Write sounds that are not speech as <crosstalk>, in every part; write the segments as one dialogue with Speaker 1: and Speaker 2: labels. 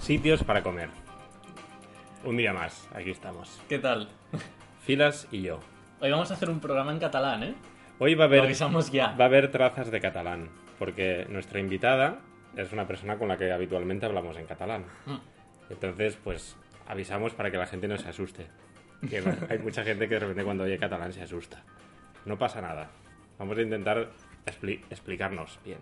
Speaker 1: Sitios para comer. Un día más, aquí estamos.
Speaker 2: ¿Qué tal? <laughs>
Speaker 1: Filas y yo.
Speaker 2: Hoy vamos a hacer un programa en catalán, ¿eh?
Speaker 1: Hoy va a
Speaker 2: Lo
Speaker 1: haber,
Speaker 2: avisamos ya.
Speaker 1: va a haber trazas de catalán, porque nuestra invitada es una persona con la que habitualmente hablamos en catalán.
Speaker 2: Mm.
Speaker 1: Entonces, pues avisamos para que la gente no se asuste. Que hay mucha gente que de repente cuando oye catalán se asusta. No pasa nada. Vamos a intentar expli- explicarnos bien.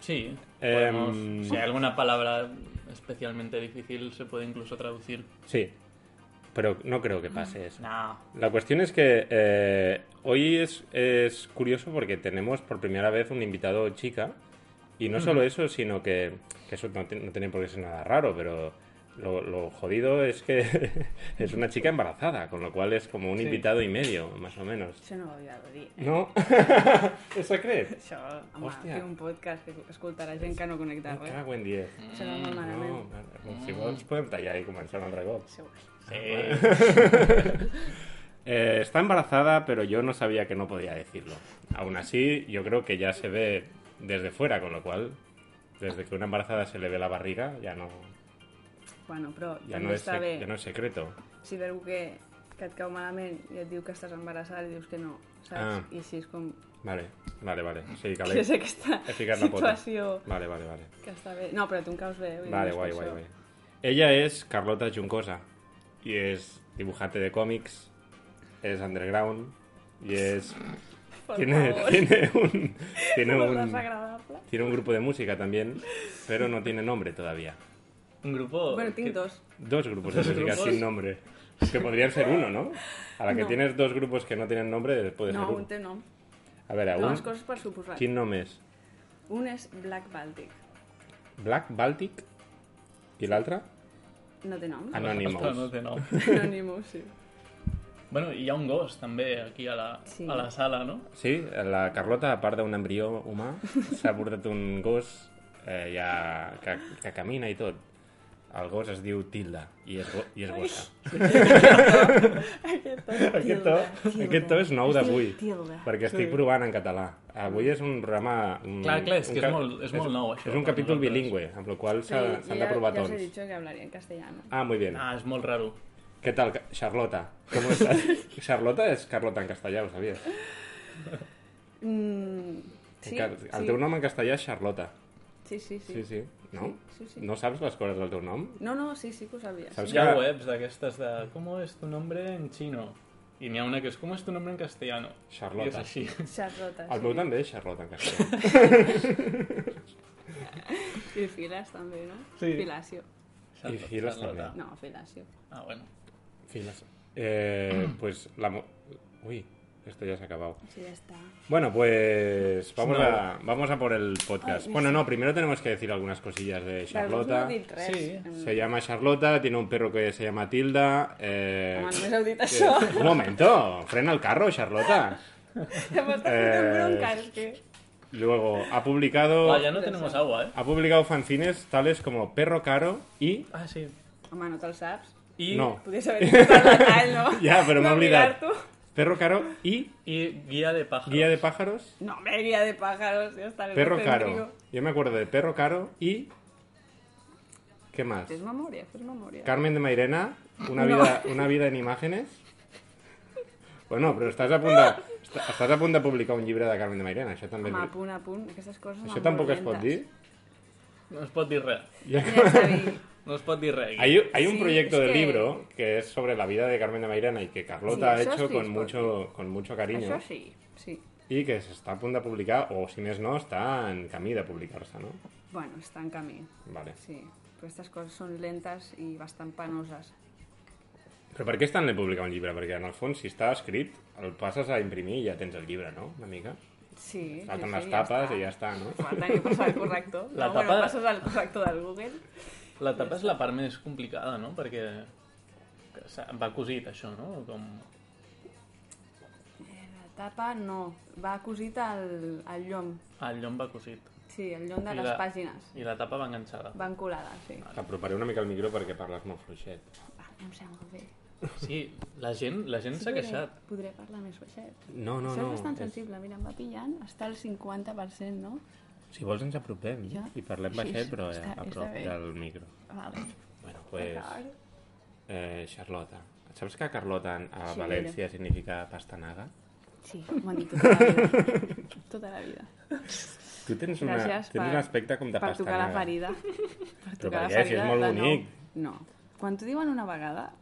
Speaker 2: Sí.
Speaker 1: Em,
Speaker 2: podemos- si hay alguna palabra especialmente difícil, se puede incluso traducir.
Speaker 1: Sí, pero no creo que pase eso.
Speaker 2: No.
Speaker 1: La cuestión es que eh, hoy es, es curioso porque tenemos por primera vez un invitado chica. Y no solo eso, sino que, que eso no, te- no tiene por qué ser nada raro, pero lo, lo jodido es que <laughs> es una chica embarazada, con lo cual es como un
Speaker 2: Sí.
Speaker 1: invitado y medio, más o menos.
Speaker 3: Això no ho havia de dir.
Speaker 1: ¿No? <laughs> ¿Es secreto?
Speaker 3: Això,
Speaker 1: Hòstia.
Speaker 3: home, Hòstia. fer un podcast que escoltarà gent que no connecta
Speaker 1: Me
Speaker 3: res.
Speaker 1: cago en 10.
Speaker 3: Això va molt malament.
Speaker 1: No, mare, si vols podem tallar i començar un altre cop.
Speaker 3: Segur.
Speaker 2: Sí.
Speaker 1: <laughs> Eh, está embarazada, pero yo no sabía que no podía decirlo. Aún así, yo creo que ya se ve desde fuera, con lo cual, desde que una embarazada se le ve la barriga, ya no,
Speaker 3: Bueno, però
Speaker 1: ya
Speaker 3: també
Speaker 1: no, es,
Speaker 3: està bé.
Speaker 1: sec- ya no es secreto.
Speaker 3: Si ve algú que, que et cau malament i et diu que estàs embarassada i dius que no, saps?
Speaker 1: Ah.
Speaker 3: I així és com...
Speaker 1: Vale, vale, vale. <laughs> Sí,
Speaker 3: Que
Speaker 1: Caleb.
Speaker 3: és aquesta
Speaker 1: He ficat la pota.
Speaker 3: situació
Speaker 1: Vale, vale, vale.
Speaker 3: que està bé. No, però tu em caus bé. vull dir,
Speaker 1: Vale,
Speaker 3: no és
Speaker 1: guay,
Speaker 3: per
Speaker 1: guay,
Speaker 3: això.
Speaker 1: guay. Ella es Carlota Juncosa y es dibujante de cómics, es underground y es...
Speaker 3: Per
Speaker 1: Tiene, <laughs>
Speaker 3: favor.
Speaker 1: tiene un... <laughs> Tiene
Speaker 3: Molt
Speaker 1: un,
Speaker 3: desagradable.
Speaker 1: tiene un grupo de música también, pero no tiene nombre todavía.
Speaker 2: <laughs> Un grupo.
Speaker 3: Bueno,
Speaker 2: que-
Speaker 3: tinc dos.
Speaker 1: Dos grupos de
Speaker 2: ¿Dos
Speaker 1: música
Speaker 2: grupos?
Speaker 1: sin nombre. Que podrían ser uno, ¿no? A la que
Speaker 3: No.
Speaker 1: tienes dos grupos que no tienen nombre, puede
Speaker 3: No,
Speaker 1: ser
Speaker 3: un
Speaker 1: uno.
Speaker 3: té nom.
Speaker 1: A ver, a un...
Speaker 3: Dues coses per suposar.
Speaker 1: ¿Quién nombre es?
Speaker 3: Un és Black Baltic.
Speaker 1: Black Baltic y la otra?
Speaker 3: No té nom.
Speaker 1: Ah,
Speaker 2: <laughs>
Speaker 1: Anonymous.
Speaker 2: Hasta no sé, no.
Speaker 3: Anonymous,
Speaker 1: <laughs>
Speaker 3: sí.
Speaker 2: Bueno, i hi ha un gos també aquí a la,
Speaker 3: Sí.
Speaker 2: a la sala, no?
Speaker 1: Sí, la Carlota, a part d'un embrió humà, s'ha bordat un gos eh, ja, que, que camina i tot. El gos es diu Tilda i és, go i és gossa.
Speaker 3: Aquest
Speaker 1: Aquest to,
Speaker 3: to. Tilda, Tilda.
Speaker 1: aquest to és nou
Speaker 3: Es diu
Speaker 1: d'avui,
Speaker 3: Tilda. Mm.
Speaker 1: perquè estic provant en català. Avui és un programa... Un,
Speaker 2: Clar, clar, és
Speaker 1: un
Speaker 2: que és
Speaker 1: cap-
Speaker 2: molt- és molt nou, això,
Speaker 1: És un
Speaker 2: per
Speaker 1: capítol
Speaker 2: nosaltres.
Speaker 1: bilingüe, amb el qual s'ha-
Speaker 3: Sí,
Speaker 1: s'han
Speaker 3: ya-
Speaker 1: d'aprobar
Speaker 3: ya os he
Speaker 1: tots.
Speaker 3: dicho que hablaría en castellano.
Speaker 1: Ah, muy bien.
Speaker 2: Ah, és molt raro.
Speaker 1: ¿Qué tal, Ca- Charlota? ¿Cómo estás?
Speaker 3: <laughs>
Speaker 1: Charlota es Carlota en castellà, ho sabies?
Speaker 3: Mm,
Speaker 1: En
Speaker 3: sí,
Speaker 1: ca-
Speaker 3: sí,
Speaker 1: El teu nom en castellà és Charlota.
Speaker 3: sí, sí, sí.
Speaker 1: Sí, sí. No?
Speaker 3: Sí, sí, sí.
Speaker 1: No saps les coses del teu nom?
Speaker 3: No, no, sí, sí que ho sabia.
Speaker 1: Saps
Speaker 2: Hi ha
Speaker 1: Pues que-
Speaker 2: webs d'aquestes de... ¿Cómo es tu nombre en chino? I n'hi ha una que és ¿Cómo es tu nombre en castellano?
Speaker 1: Charlota.
Speaker 2: I és així.
Speaker 3: Xarrotes.
Speaker 1: El meu també és Charlota en
Speaker 3: <laughs>
Speaker 1: castellà.
Speaker 3: I files també, no?
Speaker 2: Sí.
Speaker 3: Filacio.
Speaker 1: I
Speaker 2: <laughs>
Speaker 1: files també.
Speaker 2: Charlota.
Speaker 3: No, filacio.
Speaker 2: Ah, bueno.
Speaker 1: Filas. Eh, pues la... mo- Uy, esto ya se ha acabado.
Speaker 3: Sí, ja està.
Speaker 1: Bueno, pues vamos,
Speaker 2: No.
Speaker 1: a, vamos a por el podcast. bueno, no, primero tenemos que decir algunas cosillas de
Speaker 3: D'algú
Speaker 1: Charlota.
Speaker 3: no he dit res. Mm.
Speaker 2: Sí.
Speaker 3: Em-
Speaker 1: Se llama Charlota, tiene un perro que se llama Tilda. eh,
Speaker 3: Home, només heu dit
Speaker 1: que-
Speaker 3: això.
Speaker 1: <laughs>
Speaker 3: <laughs>
Speaker 1: Un momento, frena el carro, Charlota.
Speaker 3: Ja m'està
Speaker 1: Eh.
Speaker 3: fotent bronca, és que...
Speaker 1: Luego, ha publicado,
Speaker 2: Ah, ya no tenemos agua, ¿eh?
Speaker 1: ha publicado fanzines tales como Perro Caro y... <laughs>
Speaker 2: Ah, sí.
Speaker 3: Home, no te'l saps?
Speaker 2: I,
Speaker 1: No.
Speaker 3: Podries
Speaker 1: <laughs>
Speaker 3: haver dit el detall, no?
Speaker 1: Ya, pero me he
Speaker 3: No
Speaker 1: olvidado.
Speaker 3: mirar-t'ho.
Speaker 1: Perro Caro y
Speaker 2: I guia de pájaros.
Speaker 1: Guía de Pájaros.
Speaker 3: No, me guía de pájaros, ya está.
Speaker 1: Perro Caro. Yo me acuerdo de Perro Caro y... ¿Qué más?
Speaker 3: Fes memòria, fes memòria.
Speaker 1: Carmen de Mairena, una
Speaker 3: No.
Speaker 1: vida, una vida en imágenes. Bueno, però estàs a punt de, est- estàs a punt de publicar un llibre de Carmen de Mairena, això també és
Speaker 3: Home, a
Speaker 1: veritat.
Speaker 3: punt, a punt. Aquestes coses
Speaker 1: Això
Speaker 3: van
Speaker 1: tampoc
Speaker 3: molt
Speaker 1: es pot
Speaker 3: lentes.
Speaker 1: dir.
Speaker 2: No es pot dir res.
Speaker 1: Ja
Speaker 3: Ja està bé.
Speaker 2: No es pot dir res.
Speaker 1: Hay, hay un
Speaker 3: Sí,
Speaker 1: proyecto
Speaker 3: es
Speaker 1: de
Speaker 3: que-
Speaker 1: libro que es sobre la vida de Carmen de Mairena y que Carlota ha
Speaker 3: Sí, eso
Speaker 1: hecho
Speaker 3: sí
Speaker 1: con
Speaker 3: es
Speaker 1: mucho, con mucho cariño.
Speaker 3: Això sí, sí.
Speaker 1: i que s'està a punt de publicar, o si més no, està en camí de publicar-se, no?
Speaker 3: Bueno, està en camí,
Speaker 1: Vale.
Speaker 3: sí. Però aquestes coses són lentes i bastant penoses.
Speaker 1: Però per què és tan de publicar un llibre? Perquè en el fons, si està escrit, el passes a imprimir i ja tens el llibre, no? Una mica.
Speaker 3: Sí,
Speaker 1: Falten
Speaker 3: sí,
Speaker 1: les
Speaker 3: sí,
Speaker 1: tapes
Speaker 3: ja
Speaker 1: i ja està, no?
Speaker 3: Falta que passar el corrector.
Speaker 2: La
Speaker 3: no, bueno,
Speaker 2: tapa-
Speaker 3: passes el corrector del Google.
Speaker 2: La tapa és la part més complicada, no? Perquè que s'ha- va cosit, això, no? Com...
Speaker 3: Eh, La tapa no, va cosit al, al llom.
Speaker 2: Ah, el llom va cosit.
Speaker 3: Sí, el llom de
Speaker 2: I
Speaker 3: les
Speaker 2: la-
Speaker 3: pàgines.
Speaker 2: I la tapa va enganxada.
Speaker 3: Van colada, sí.
Speaker 1: T'aproparé una mica el micro perquè parles molt fluixet.
Speaker 3: Va, em sembla bé.
Speaker 2: Sí, la gent la gent s'ha
Speaker 3: podré-
Speaker 2: queixat.
Speaker 3: Podré parlar més baixet.
Speaker 1: No, no,
Speaker 3: Això
Speaker 1: no.
Speaker 3: és bastant
Speaker 1: és-
Speaker 3: sensible, mira, em va pillant, està al 50%, no?
Speaker 1: Si vols ens apropem
Speaker 3: Ja.
Speaker 1: i parlem
Speaker 3: Sí,
Speaker 1: baixet,
Speaker 3: sí,
Speaker 1: però eh,
Speaker 3: està-
Speaker 1: a
Speaker 3: està
Speaker 1: prop
Speaker 3: bé.
Speaker 1: del micro.
Speaker 3: Vale.
Speaker 1: Bueno, pues,
Speaker 3: D'acord.
Speaker 1: eh, Charlota. Saps que Carlota en- a
Speaker 3: Sí,
Speaker 1: València significa pastanaga?
Speaker 3: Sí, m'ho han dit tota la vida.
Speaker 1: <laughs>
Speaker 3: Tota la vida.
Speaker 1: Tu tens, una, tens un aspecte com de
Speaker 3: per tocar la
Speaker 1: pastanaga.
Speaker 3: ferida. <laughs>
Speaker 1: per
Speaker 3: Per
Speaker 1: què? Si és molt
Speaker 3: de nou.
Speaker 1: bonic.
Speaker 3: No. Quan t'ho diuen una vegada,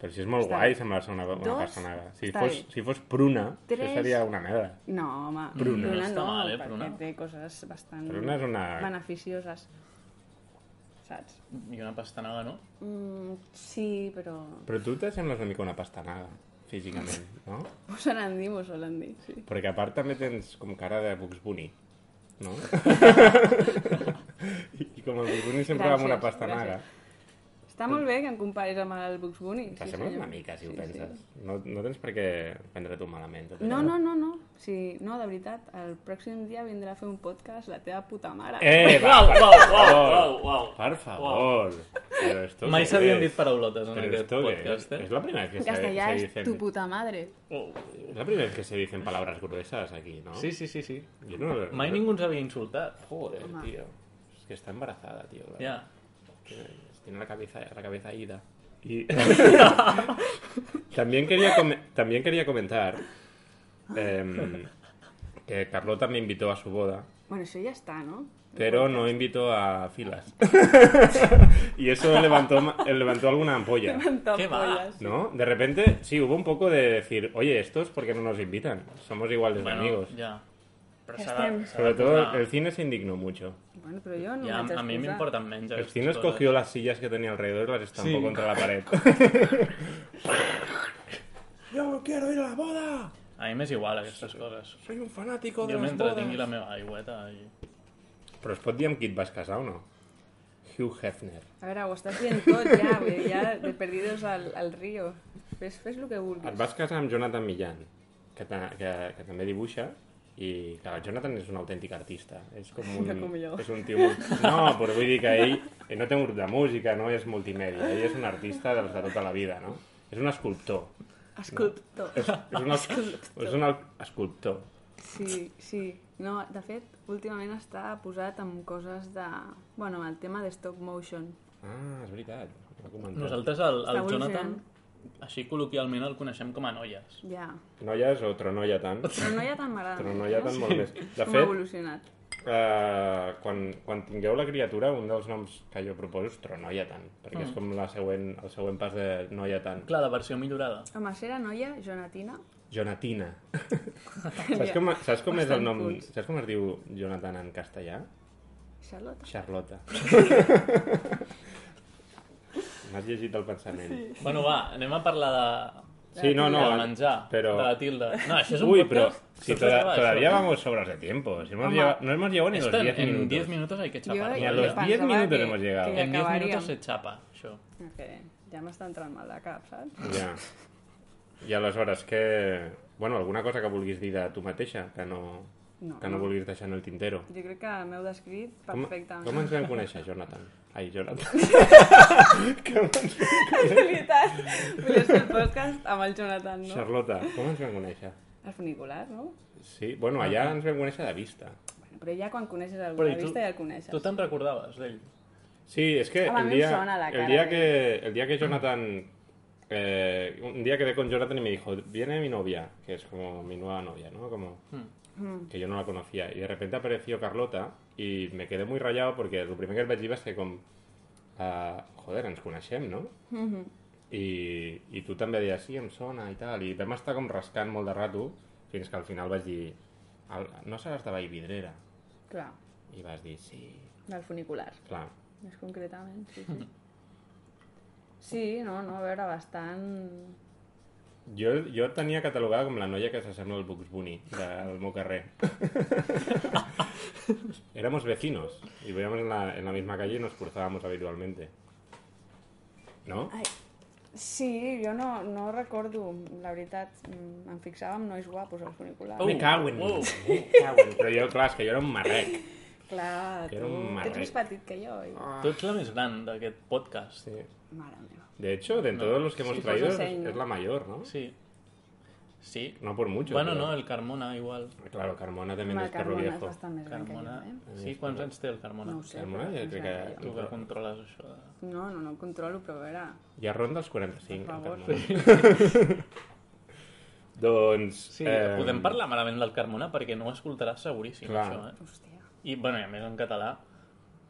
Speaker 1: Però si és molt
Speaker 3: Està
Speaker 1: guai
Speaker 3: bé.
Speaker 1: semblar-se una, una
Speaker 3: Dos,
Speaker 1: pastanaga. Si
Speaker 3: està
Speaker 1: fos,
Speaker 3: bé.
Speaker 1: si fos pruna, això
Speaker 3: Tres.
Speaker 1: seria una merda.
Speaker 3: no, home,
Speaker 1: Pruna.
Speaker 3: pruna
Speaker 2: Està
Speaker 3: no,
Speaker 2: mal, eh,
Speaker 3: perquè
Speaker 2: pruna.
Speaker 3: té coses bastant
Speaker 1: Pruna és una-
Speaker 3: beneficioses, saps?
Speaker 2: I una pastanaga, no?
Speaker 3: Mm, sí, però... <laughs>
Speaker 1: Però tu t'assembles una mica una pastanaga, físicament, no?
Speaker 3: M'ho solen dir, m'ho solen dir, sí.
Speaker 1: Perquè a part també tens com cara de Bugs Bunny,
Speaker 2: <laughs>
Speaker 1: no? I com el Bugs Bunny sempre va amb una
Speaker 3: Gràcies,
Speaker 1: pastanaga.
Speaker 3: gràcies. Està molt bé que em comparis amb el Bugs Bunny. sí,
Speaker 1: T'assembles
Speaker 3: senyor.
Speaker 1: una mica, si ho
Speaker 3: Sí,
Speaker 1: penses. No, no tens per què prendre-t'ho malament. tot
Speaker 3: Sí. No,
Speaker 1: això.
Speaker 3: no, no, no. Sí, no, de veritat, el pròxim dia vindrà a fer un podcast la teva puta mare.
Speaker 1: Eh, va,
Speaker 2: Uau,
Speaker 1: per
Speaker 2: uau,
Speaker 1: favor.
Speaker 2: uau, uau.
Speaker 1: Per favor. Però esto
Speaker 2: Mai
Speaker 1: qué
Speaker 2: s'havien
Speaker 1: es?
Speaker 2: dit paraulotes en
Speaker 1: Pero
Speaker 2: aquest
Speaker 1: esto qué
Speaker 2: podcast,
Speaker 1: es?
Speaker 2: eh?
Speaker 1: Es la primera vez que
Speaker 3: en
Speaker 1: se,
Speaker 3: castellà
Speaker 1: se
Speaker 3: és
Speaker 1: dicen...
Speaker 3: tu puta madre.
Speaker 2: Oh.
Speaker 1: Es la primera vez que se dicen palabras gruesas aquí, ¿no?
Speaker 2: Sí, sí, sí, sí.
Speaker 1: Yo no lo-
Speaker 2: Mai ningú ens havia insultat.
Speaker 1: Joder,
Speaker 3: Home.
Speaker 1: tío. Es que está embarazada, tío. la-
Speaker 2: Ja.
Speaker 1: que Tiene la cabeza, la cabeza ida. <laughs> Y... también, quería come- también quería comentar em, que Carlota me invitó a su boda,
Speaker 3: Bueno, això ja está, no?
Speaker 1: pero no invitó a filas. <laughs> y eso levantó, ma- levantó alguna ampolla.
Speaker 3: Top
Speaker 2: Què va?
Speaker 3: pollas.
Speaker 1: ¿No? De repente, sí, hubo un poco de decir, oye, estos, ¿por qué no nos invitan? Somos iguales de amigos.
Speaker 2: ja. Però
Speaker 3: Ja
Speaker 2: s'ha de-
Speaker 3: estem.
Speaker 2: s'ha de
Speaker 1: Sobre todo,
Speaker 2: posar-
Speaker 1: el cine se indignó mucho.
Speaker 3: Bueno, però jo no
Speaker 2: Ja,
Speaker 3: vaig
Speaker 2: a mi
Speaker 3: excusar.
Speaker 2: m'importen menys.
Speaker 1: El
Speaker 2: aquestes
Speaker 1: cine
Speaker 2: coses.
Speaker 1: escogió las sillas que tenía alrededor y las estampó
Speaker 2: Sí.
Speaker 1: contra la pared. <laughs> ¡Yo quiero ir a la boda!
Speaker 2: A mi m'és igual, aquestes coses.
Speaker 1: Soy un fanático de
Speaker 2: Jo
Speaker 1: las
Speaker 2: mentre
Speaker 1: bodas!
Speaker 2: tingui la meva aigüeta i...
Speaker 1: Però es pot dir amb qui et vas casar o no? Hugh Hefner.
Speaker 3: A veure, ho estàs dient tot ja, vull dir, ja de perdidos al, al río. Fes, fes el que vulguis.
Speaker 1: Et vas casar amb Jonathan Millan, que, ta- que, que també dibuixa, i que el Jonathan és un autèntic artista. És com un,
Speaker 3: No com jo.
Speaker 1: és un tio... Molt... No, però vull dir que ell ell no té un grup de música, no és multimèdia. Ell és un artista dels de tota la vida, no? És un escultor.
Speaker 3: Escultor.
Speaker 1: És, és, un, escultor. és un al- escultor.
Speaker 3: Sí, sí. No, de fet, últimament està posat amb coses de... Bueno, el tema de stop motion.
Speaker 1: Ah, és veritat. M'ha comentat.
Speaker 2: Nosaltres el, el
Speaker 3: Està
Speaker 2: Jonathan,
Speaker 3: evolucionant.
Speaker 2: així col·loquialment el coneixem com a noies.
Speaker 3: Ja.
Speaker 1: Noies o tronoia
Speaker 2: <laughs>
Speaker 1: tant.
Speaker 3: Però no hi ha tan m'agrada.
Speaker 1: Tronoia tant molt més. De
Speaker 3: Com ha
Speaker 1: fet,
Speaker 3: evolucionat.
Speaker 1: eh, quan, quan tingueu la criatura, un dels noms que jo proposo és tronoia tant, perquè és com la següent, el següent pas de noia tant.
Speaker 2: Ah. Clar, la versió millorada.
Speaker 3: Home, si era noia, jonatina,
Speaker 1: Jonatina.
Speaker 2: <laughs>
Speaker 1: saps com, saps com és el
Speaker 3: Bastant
Speaker 1: nom?
Speaker 3: punts.
Speaker 1: Saps com es diu Jonathan en castellà?
Speaker 3: Charlotte.
Speaker 2: <laughs>
Speaker 1: Charlota. M'has llegit el pensament.
Speaker 2: Bueno, va, anem a parlar de...
Speaker 1: Sí, no, no.
Speaker 2: de menjar,
Speaker 1: Però...
Speaker 2: de la tilda. No, això és un
Speaker 1: Uy, pero
Speaker 2: podcast...
Speaker 1: si
Speaker 2: tot
Speaker 1: toda-
Speaker 2: acaba,
Speaker 1: todavía
Speaker 2: això. eh?
Speaker 1: vamos sobras de tiempo. Si hemos
Speaker 3: Home.
Speaker 1: llegado- no hemos llegado ni los
Speaker 2: Esto en-
Speaker 1: 10
Speaker 2: en
Speaker 1: minutos.
Speaker 2: 10 minutos hay que
Speaker 3: Jo
Speaker 2: chapar.
Speaker 3: de-
Speaker 1: Ni a los
Speaker 3: pensava
Speaker 1: 10 minutos
Speaker 3: que-
Speaker 1: hemos llegado.
Speaker 3: que
Speaker 2: En 10
Speaker 3: acabaríem.
Speaker 2: minutos se chapa, això.
Speaker 3: Que ja m'està entrant mal de cap, saps?
Speaker 1: Ja. I aleshores, que... Bueno, alguna cosa que vulguis dir de tu mateixa, que no,
Speaker 3: No.
Speaker 1: que no vulguis deixar en el tintero.
Speaker 3: Jo crec que m'heu descrit
Speaker 1: Com,
Speaker 3: perfectament.
Speaker 1: com ens vam conèixer, Jonathan? Ai, Jonathan.
Speaker 3: En realitat,
Speaker 2: <laughs>
Speaker 3: volies fer el podcast amb el Jonathan, no?
Speaker 1: Charlota, com ens vam conèixer?
Speaker 3: El funicular, no?
Speaker 1: Sí, bueno, allà ens vam conèixer de vista.
Speaker 3: Bueno, però ja quan coneixes algú
Speaker 2: Però i
Speaker 3: a la
Speaker 2: tu-
Speaker 3: vista ja el coneixes.
Speaker 2: Tu te'n recordaves d'ell?
Speaker 1: Sí, és que
Speaker 3: Home, a
Speaker 1: el
Speaker 3: mi em
Speaker 1: día,
Speaker 3: sona la
Speaker 1: el
Speaker 3: cara,
Speaker 1: día
Speaker 3: eh.
Speaker 1: que el día que Jonathan eh, un día quedé con Jonathan y me dijo viene mi novia, que es como mi nueva novia, ¿no? Como
Speaker 3: Mm.
Speaker 1: que yo no la conocía y de repente apareció Carlota y me quedé muy rayado porque lo primero que el vaig dir va ser com ah, joder, ens coneixem, no?
Speaker 3: Mm-hmm.
Speaker 1: I, I tu també deies, sí, em sona i tal, i vam estar com rascant molt de rato fins que al final vaig dir al- no seràs de Vallvidrera.
Speaker 3: Clar,
Speaker 1: I vas dir, sí,
Speaker 3: del funicular.
Speaker 1: clar.
Speaker 3: Més concretament, sí, sí.
Speaker 2: <laughs>
Speaker 3: Sí, no, no, a veure, bastant...
Speaker 1: Jo, jo et tenia catalogada com la noia que s'assembla al Bugs Bunny del meu carrer.
Speaker 2: <laughs>
Speaker 1: Éramos vecinos y vivíamos en la, en la misma calle y nos cruzábamos habitualmente. ¿No?
Speaker 3: Ai, sí, jo no, no recordo, la veritat, mm, em fixava en nois guapos al funicular.
Speaker 2: Oh!
Speaker 1: Me cago en...
Speaker 2: wow.
Speaker 1: Me cago en... Però jo, clar, és que jo era un marrec.
Speaker 3: Clar,
Speaker 1: Que
Speaker 3: tu,
Speaker 1: era un
Speaker 3: que ets
Speaker 1: marrec.
Speaker 3: més petit que jo. I...
Speaker 2: Tu ets la més gran d'aquest podcast.
Speaker 1: Ah. Sí.
Speaker 3: Mare meva.
Speaker 1: De hecho, de todos los que hemos
Speaker 3: Sí, pues
Speaker 1: traído,
Speaker 3: no sé,
Speaker 1: es-
Speaker 3: ¿no?
Speaker 1: es la mayor, ¿no?
Speaker 2: Sí. Sí.
Speaker 1: No por mucho.
Speaker 2: bueno,
Speaker 1: pero-
Speaker 2: no, el Carmona igual.
Speaker 1: Claro, Carmona también
Speaker 3: Home,
Speaker 1: es perro
Speaker 3: Carmona és
Speaker 1: viejo.
Speaker 3: bastant més gran
Speaker 2: Carmona...
Speaker 3: que jo, eh?
Speaker 2: Sí, quants anys té el Carmona?
Speaker 3: No ho sé.
Speaker 1: Carmona,
Speaker 3: però
Speaker 1: jo
Speaker 3: és
Speaker 1: crec
Speaker 3: més gran
Speaker 1: que-
Speaker 3: jo.
Speaker 2: Tu que controles això. de-
Speaker 3: No, no, no ho controlo, però a veure...
Speaker 1: Ja ronda els 45,
Speaker 3: Per
Speaker 1: el
Speaker 3: favor.
Speaker 1: Carmona. doncs...
Speaker 2: Sí, podem parlar malament del Carmona perquè no ho escoltaràs seguríssim,
Speaker 1: Clar.
Speaker 2: això, eh?
Speaker 3: Hòstia,
Speaker 2: I, bueno, i a més en català,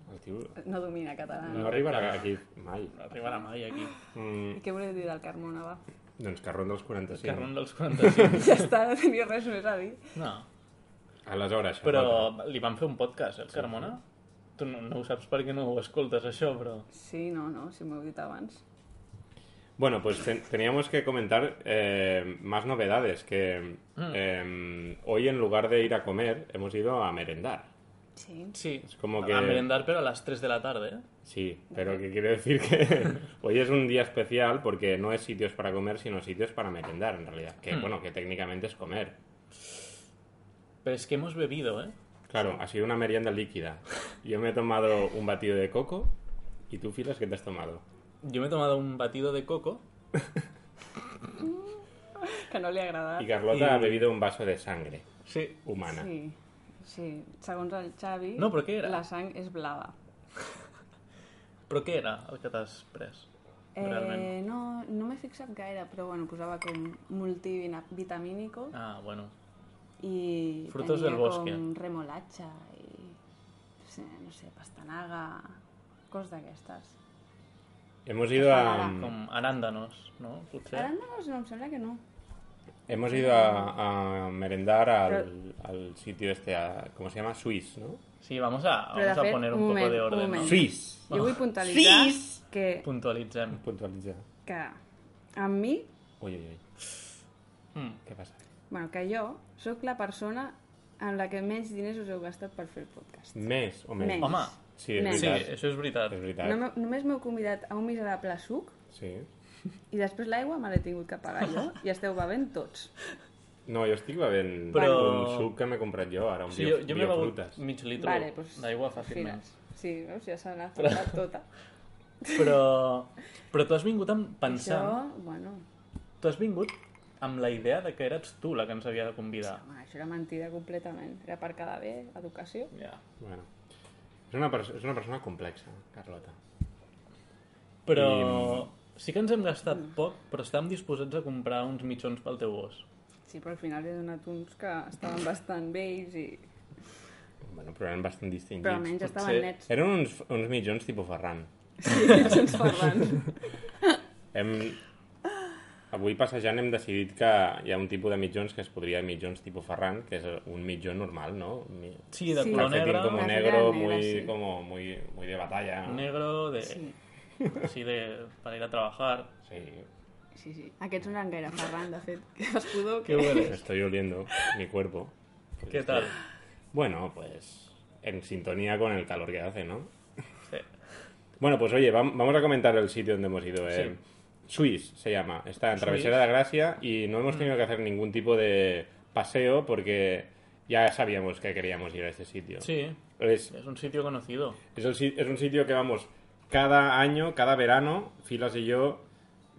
Speaker 1: El tio
Speaker 3: no domina català.
Speaker 1: no arribarà aquí mai.
Speaker 2: arribarà mai aquí.
Speaker 1: Mm,
Speaker 3: I què voleu dir del Carmona, va? <laughs>
Speaker 1: doncs que ronda els
Speaker 2: Sí.
Speaker 1: 45.
Speaker 2: Carron dels 45.
Speaker 3: Ja està, no tenia res més a dir.
Speaker 2: No,
Speaker 1: Aleshores,
Speaker 2: però
Speaker 1: Charlotte,
Speaker 2: li van fer un podcast, el Carmona? Tu no, no ho saps perquè no ho escoltes, això, però...
Speaker 3: Sí, no, no, si m'ho heu dit abans.
Speaker 1: Bueno, pues ten- teníamos que comentar eh, más novedades que eh, hoy en lugar de ir a comer hemos ido a merendar.
Speaker 3: Sí.
Speaker 2: Sí,
Speaker 1: Es como que-
Speaker 2: a merendar, pero a las 3 de la tarde, ¿eh?
Speaker 1: Sí, pero que quiero decir que <laughs> hoy es un día especial porque no es sitios para comer, sino sitios para merendar en realidad. Que bueno, que técnicamente es comer.
Speaker 2: Pero es que hemos bebido, ¿eh?
Speaker 1: Claro, ha sido una merienda líquida. Yo me he tomado un batido de coco y tú, Filas, ¿qué te has tomado?
Speaker 2: Yo me he tomado un batido de coco.
Speaker 3: Que no li ha agradat.
Speaker 1: Y Carlota
Speaker 2: Y-
Speaker 1: ha bebido un vaso de sangre
Speaker 2: Sí.
Speaker 1: humana.
Speaker 3: Sí, sí. Segons el Xavi,
Speaker 2: No, però què era?
Speaker 3: la sang és blava.
Speaker 2: Però què era el que t'has pres? Realment.
Speaker 3: Eh, no no m'he fixat gaire, però bueno, posava com multivitamínico
Speaker 2: Ah, bueno.
Speaker 3: i
Speaker 2: Frutos
Speaker 3: tenia
Speaker 2: del bosque.
Speaker 3: com remolatxa i no sé, no sé, pastanaga, cos d'aquestes.
Speaker 1: Hemos ido a,
Speaker 3: Estará.
Speaker 2: Com arándanos, no? Potser.
Speaker 3: Ara no, no, em sembla que no.
Speaker 1: hemos ido a, a merendar al, al sitio este, a- ¿cómo se llama? Suiz, ¿no?
Speaker 2: Sí, vamos a,
Speaker 3: Pero de
Speaker 2: vamos a
Speaker 3: hacer
Speaker 2: poner un,
Speaker 3: un
Speaker 2: poco
Speaker 3: momento,
Speaker 2: de
Speaker 3: un
Speaker 2: orden. ¿no?
Speaker 3: momento.
Speaker 1: Suiz.
Speaker 2: Oh.
Speaker 3: Jo vull puntualitzar que,
Speaker 2: Puntualitzem.
Speaker 1: Puntualiza.
Speaker 3: que amb mi,
Speaker 1: Uy, uy, uy.
Speaker 2: Mm.
Speaker 1: ¿Qué pasa?
Speaker 3: bueno, que jo sóc la persona amb la que menys diners us heu gastat per fer el podcast.
Speaker 1: Mes o mes.
Speaker 3: Menys.
Speaker 2: Home.
Speaker 1: Sí, es
Speaker 3: Mes.
Speaker 2: Sí,
Speaker 1: verdad.
Speaker 2: això és veritat.
Speaker 1: Es
Speaker 3: No,
Speaker 1: verdad.
Speaker 3: m'heu- només m'heu convidat a un miserable suc
Speaker 1: Sí.
Speaker 3: i després l'aigua me l'he tingut que pagar jo i esteu bevent tots.
Speaker 1: No, jo estic bevent
Speaker 2: Però-
Speaker 1: un suc que m'he comprat jo, ara, un
Speaker 2: Sí,
Speaker 1: bio,
Speaker 2: jo, jo m'he begut
Speaker 1: biofrutes.
Speaker 2: mig litro
Speaker 3: Vale, pues,
Speaker 2: d'aigua fàcilment.
Speaker 3: fires. Sí, veus, ja se n'ha faltat tota.
Speaker 2: Però, però tu has vingut amb
Speaker 3: Això,
Speaker 2: pensant...
Speaker 3: bueno,
Speaker 2: Tu has vingut amb la idea de que eres tu la que ens havia de convidar.
Speaker 3: home, això era mentida completament. Era per quedar bé, educació.
Speaker 2: Ja.
Speaker 1: Bueno. És una, pers- és una persona complexa, Carlota.
Speaker 2: Però sí que ens hem gastat
Speaker 3: Mm.
Speaker 2: poc, però estàvem disposats a comprar uns mitjons pel teu gos.
Speaker 3: Sí, però al final he donat uns que estaven bastant vells i...
Speaker 1: Bueno, però eren bastant distingits.
Speaker 3: Però almenys estaven
Speaker 2: potser-
Speaker 3: nets.
Speaker 1: Eren uns, uns mitjons tipus Ferran.
Speaker 3: Ens parlant.
Speaker 1: Hem... Avui passejant hem decidit que hi ha un tipus de mitjons que es podria dir mitjons tipus Ferran, que és un mitjó normal, no? Mi...
Speaker 2: Sí, de
Speaker 3: Sí.
Speaker 2: color
Speaker 1: Calcetín
Speaker 2: negre,
Speaker 1: como
Speaker 3: Calcetín
Speaker 1: negro,
Speaker 3: negro,
Speaker 1: muy,
Speaker 3: sí.
Speaker 1: como muy, muy de batalla. ¿no?
Speaker 2: negro de...
Speaker 3: Sí.
Speaker 2: Así de... para ir a trabajar.
Speaker 1: Sí,
Speaker 3: Sí, sí. Aquests no eren gaire Ferran, de fet. <laughs> Que escudó
Speaker 2: Qué
Speaker 3: que...
Speaker 2: hueles.
Speaker 1: estoy oliendo mi cuerpo.
Speaker 2: ¿Qué tal?
Speaker 1: Bueno, pues en sintonía con el calor que hace, ¿no?
Speaker 2: Sí.
Speaker 1: Bueno, pues oye, vam- vamos a comentar el sitio donde hemos ido. eh. Suiz se llama, está en Travesera de la Gracia y no hemos tenido que hacer ningún tipo de paseo porque ya sabíamos que queríamos ir a este sitio.
Speaker 2: Sí,
Speaker 1: Es,
Speaker 2: es un sitio conocido.
Speaker 1: Es, el si- es un sitio que vamos cada año, cada verano, Filas y yo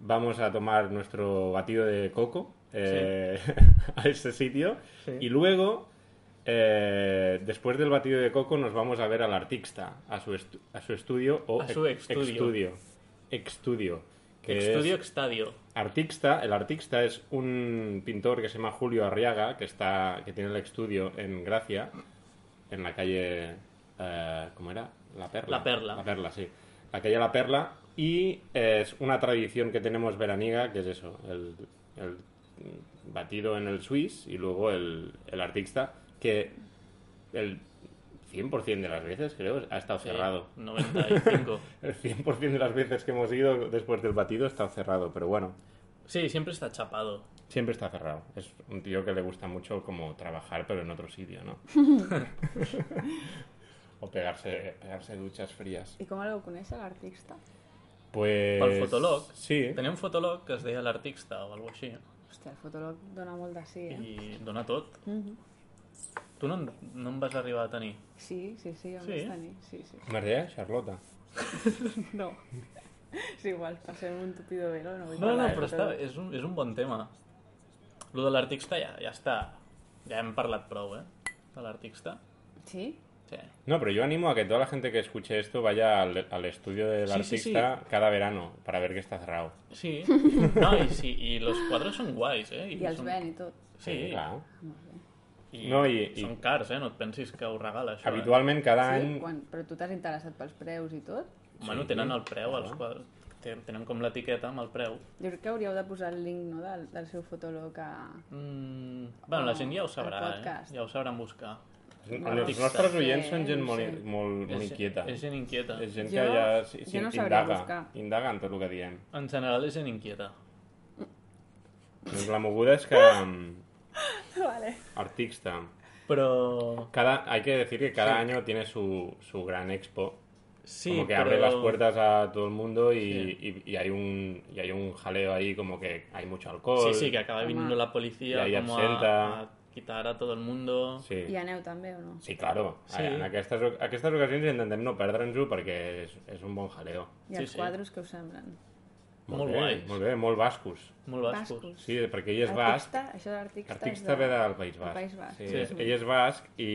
Speaker 1: vamos a tomar nuestro batido de coco eh, <laughs> a ese sitio.
Speaker 2: Sí.
Speaker 1: Y luego, eh, después del batido de coco, nos vamos a ver al artista, a su, estu- a su estudio o
Speaker 2: A su
Speaker 1: ex-
Speaker 2: estudio.
Speaker 1: extudio. Extudio, que es-
Speaker 2: Estudio Estadio.
Speaker 1: Artista, el artista es un pintor que se llama Julio Arriaga, que está, que tiene el estudio en Gracia, en la calle, eh, ¿cómo era? La Perla.
Speaker 2: La Perla.
Speaker 1: La Perla, sí. La calle La Perla y eh, es una tradición que tenemos veraniega, que es eso, el, el batido en el Suiz y luego el, el artista que el 100% de las veces, creo, ha estado cerrado. <laughs>
Speaker 2: 95.
Speaker 1: El 100% de las veces que hemos ido después del batido ha estado cerrado, pero bueno,
Speaker 2: Sí, siempre está chapado.
Speaker 1: siempre está cerrado. Es un tío que le gusta mucho como trabajar, pero en otro sitio,
Speaker 2: <laughs>
Speaker 1: ¿no? o pegarse, pegarse duchas frías.
Speaker 3: I com el vau conèixer, l'artista?
Speaker 1: Pues...
Speaker 2: Pel fotolog.
Speaker 1: Sí.
Speaker 2: Tenia un fotòleg que es deia l'artista o alguna cosa així.
Speaker 3: Hòstia, el fotòleg dona molt de sí, eh?
Speaker 2: I dona tot. Tu no, en- no en vas arribar a tenir.
Speaker 3: Sí, sí, sí, em
Speaker 2: Sí?
Speaker 3: sí. tenir. Sí, <laughs> sí.
Speaker 1: Com es deia? Charlota.
Speaker 3: No. És igual, passem un tupido velo. No, vull
Speaker 2: No, no,
Speaker 3: parlar de
Speaker 2: però està,
Speaker 3: fotòleg.
Speaker 2: és, un, és un bon tema. Lo de l'artista ja, ja està. Ja hem parlat prou, eh? De l'artista.
Speaker 3: Sí?
Speaker 2: Sí.
Speaker 1: No, pero yo animo a que toda la gente que escuche esto vaya al, al estudio del
Speaker 2: Sí, sí,
Speaker 1: artista cada verano para ver que está cerrado.
Speaker 2: Sí. <laughs> No, i, sí, i los quadres són guais, eh?
Speaker 3: I els
Speaker 2: són...
Speaker 3: ven i tot.
Speaker 2: Sí,
Speaker 1: claro.
Speaker 2: I,
Speaker 1: No, i- i-
Speaker 2: Són cars, eh? No et pensis que ho regala, això. eh.
Speaker 1: Habitualment cada
Speaker 3: Sí?
Speaker 1: any...
Speaker 3: Quan... Però tu t'has interessat pels preus i tot?
Speaker 2: Eh? Bueno, tenen el preu, els quadres. Ten- Tenen com l'etiqueta amb el preu.
Speaker 3: Jo crec que hauríeu de posar el link no, del, del seu fotòleg a...
Speaker 2: Mm, bueno, la gent ja ho
Speaker 3: Oh, El
Speaker 2: sabrà, eh?
Speaker 3: podcast.
Speaker 2: Ja ho sabran buscar.
Speaker 1: Els
Speaker 2: Sí,
Speaker 1: nostres
Speaker 2: sí,
Speaker 1: oients són gent
Speaker 3: sí.
Speaker 1: molt, molt, molt
Speaker 2: És-
Speaker 1: inquieta.
Speaker 2: És gent inquieta.
Speaker 1: És gent
Speaker 3: Jo-
Speaker 1: que ja sí, sí,
Speaker 3: jo no sabria
Speaker 1: indaga,
Speaker 3: buscar.
Speaker 1: indaga en tot el que diem.
Speaker 2: En general és gent inquieta.
Speaker 1: Doncs la moguda
Speaker 3: <laughs>
Speaker 1: és que
Speaker 3: Vale.
Speaker 1: artista...
Speaker 2: Però...
Speaker 1: Cada, hay que decir que cada año tiene su, su gran expo,
Speaker 2: Sí,
Speaker 1: como que
Speaker 2: però...
Speaker 1: abre las puertas a todo el mundo y, y- y hay un, y hay un jaleo ahí, como que hay mucho alcohol.
Speaker 2: Sí, sí, que acaba viniendo la policía
Speaker 1: Y ahí
Speaker 2: como
Speaker 1: absenta.
Speaker 2: a, a quitar a todo el mundo.
Speaker 1: Sí.
Speaker 3: I aneu també o no?
Speaker 1: Sí, claro.
Speaker 2: Sí.
Speaker 1: En aquestes, aquestes ocasions intentem no perdre'ns-ho perquè és, és un bon jaleo.
Speaker 3: I
Speaker 2: Sí,
Speaker 3: els
Speaker 2: sí.
Speaker 3: quadros que us semblen?
Speaker 2: Molt
Speaker 1: bé,
Speaker 2: guais.
Speaker 1: Molt bé, molt bascos.
Speaker 2: Molt bascos.
Speaker 3: Bascos.
Speaker 1: Sí, perquè ell és basc.
Speaker 3: Artista, això d'artista
Speaker 1: Artista ve del País Basc.
Speaker 3: País Basc.
Speaker 1: Sí,
Speaker 2: Sí.
Speaker 1: és- Ell és basc i,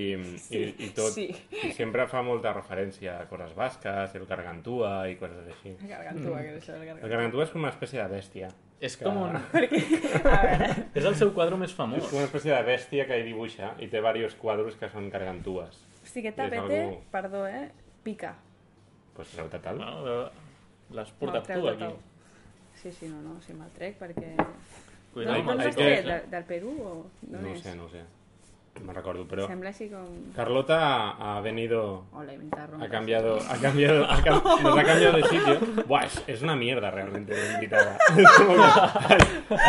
Speaker 1: i, i tot.
Speaker 3: Sí.
Speaker 1: I sempre fa molta referència a coses basques, el gargantúa i coses així.
Speaker 3: Gargantúa, que és això del
Speaker 1: El
Speaker 3: gargantúa.
Speaker 1: gargantúa és com una espècie de bèstia.
Speaker 2: És com un...
Speaker 3: A veure,
Speaker 2: <laughs> És el seu quadre més famós.
Speaker 1: És com una espècie de bèstia que hi dibuixa i té diversos quadros que són gargantúes. <laughs>
Speaker 3: si
Speaker 1: I
Speaker 3: aquest
Speaker 1: és
Speaker 3: tapete,
Speaker 1: algú-
Speaker 3: perdó, eh, pica.
Speaker 1: Pues treu tal.
Speaker 2: Bueno, a veure, L'has
Speaker 3: Me'l
Speaker 2: portat
Speaker 3: treu
Speaker 2: tu,
Speaker 3: de
Speaker 2: aquí.
Speaker 3: tot. Sí, sí, no, no, si me'l trec perquè...
Speaker 2: Cuidado
Speaker 3: D'on
Speaker 2: amb
Speaker 3: l'has
Speaker 2: els
Speaker 1: que-
Speaker 3: tret?
Speaker 2: cops,
Speaker 3: De,
Speaker 2: eh?
Speaker 3: del Perú o d'on
Speaker 1: No ho
Speaker 3: és?
Speaker 1: sé, no ho sé. No me'n recordo, però...
Speaker 3: Sembla així com...
Speaker 1: Carlota ha- ha venido
Speaker 3: Hola, y me interrumpo.
Speaker 1: Ha cambiado, ha cambiado, ha cam- nos ha cambiado de sitio. Buah, es, es una mierda realmente de invitada. <laughs> Es como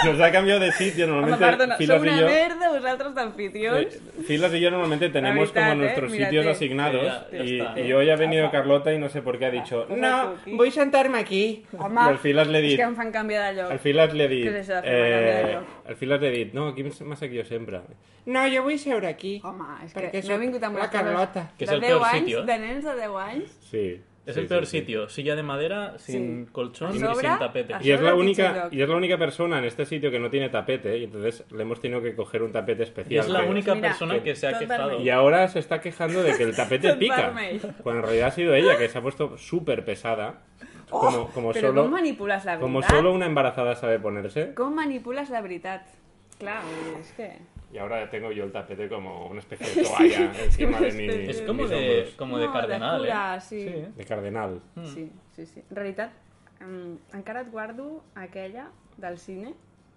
Speaker 1: que nos ha cambiado de sitio,
Speaker 3: Home,
Speaker 1: normalmente
Speaker 3: perdona, sou
Speaker 1: Filos
Speaker 3: una
Speaker 1: y yo...
Speaker 3: merda vosaltres d'anfitrions.
Speaker 1: eh, Filos y yo normalmente tenemos
Speaker 3: La verdad,
Speaker 1: como nuestros
Speaker 3: eh, mírate.
Speaker 1: sitios asignados
Speaker 2: Sí, ya- ya
Speaker 1: y,
Speaker 2: está.
Speaker 1: y hoy ha venido Carlota y no sé por qué ha dicho
Speaker 3: Pues
Speaker 1: no,
Speaker 3: aquí.
Speaker 1: voy a sentarme aquí.
Speaker 3: Home,
Speaker 1: y al Filas le
Speaker 3: és
Speaker 1: dit,
Speaker 3: que em fan canviar de lloc.
Speaker 1: al Filas le dit,
Speaker 3: Què és això de fer una
Speaker 1: eh,
Speaker 3: canviada,
Speaker 1: al Filas le dit, no, aquí m'has aquí jo sempre. No, jo vull seure aquí.
Speaker 3: Home, és
Speaker 1: perquè
Speaker 3: que no
Speaker 1: soc
Speaker 3: he vingut amb
Speaker 1: la
Speaker 3: unes
Speaker 1: Carlota.
Speaker 2: Que és
Speaker 3: de
Speaker 2: el peor
Speaker 3: 10 anys,
Speaker 2: sitio, eh?
Speaker 3: de nens de 10 anys.
Speaker 1: Sí.
Speaker 2: És
Speaker 1: sí,
Speaker 2: el
Speaker 1: sí,
Speaker 2: peor
Speaker 1: sí.
Speaker 2: sitio. Silla de madera, sin
Speaker 3: Sí.
Speaker 2: colchón
Speaker 3: A
Speaker 2: y
Speaker 3: sobre,
Speaker 2: sin tapete.
Speaker 3: a
Speaker 1: Y es,
Speaker 3: Solo
Speaker 1: la
Speaker 3: el
Speaker 1: única,
Speaker 3: Pichidoc.
Speaker 1: y es la única persona en este sitio que no tiene tapete, y entonces le hemos tenido que coger un tapete especial.
Speaker 2: Y es la
Speaker 1: que-
Speaker 2: única
Speaker 3: Mira,
Speaker 2: persona que se ha
Speaker 3: tot
Speaker 2: quejado.
Speaker 3: vermell.
Speaker 1: Y ahora se está quejando de que el
Speaker 3: <laughs>
Speaker 1: tapete
Speaker 3: Tot
Speaker 1: pica.
Speaker 3: vermell.
Speaker 1: Cuando en realidad ha sido ella que se ha puesto súper pesada.
Speaker 3: Oh,
Speaker 1: Como, como,
Speaker 3: Però
Speaker 1: solo,
Speaker 3: com manipules la veritat?
Speaker 1: como solo una embarazada sabe ponerse.
Speaker 3: Com manipules la veritat? Clar, vull dir, és que...
Speaker 1: Y ahora tengo yo el tapete como una
Speaker 3: <laughs>
Speaker 1: especie de toalla encima de mi.
Speaker 3: Es
Speaker 2: Es
Speaker 1: mis
Speaker 2: como de,
Speaker 1: hombros.
Speaker 2: como de
Speaker 3: No, de
Speaker 2: cardenal,
Speaker 3: cura,
Speaker 2: eh?
Speaker 3: sí.
Speaker 1: De cardenal.
Speaker 2: Mm.
Speaker 3: Sí, sí, sí. En realitat, em, encara et guardo aquella del cine,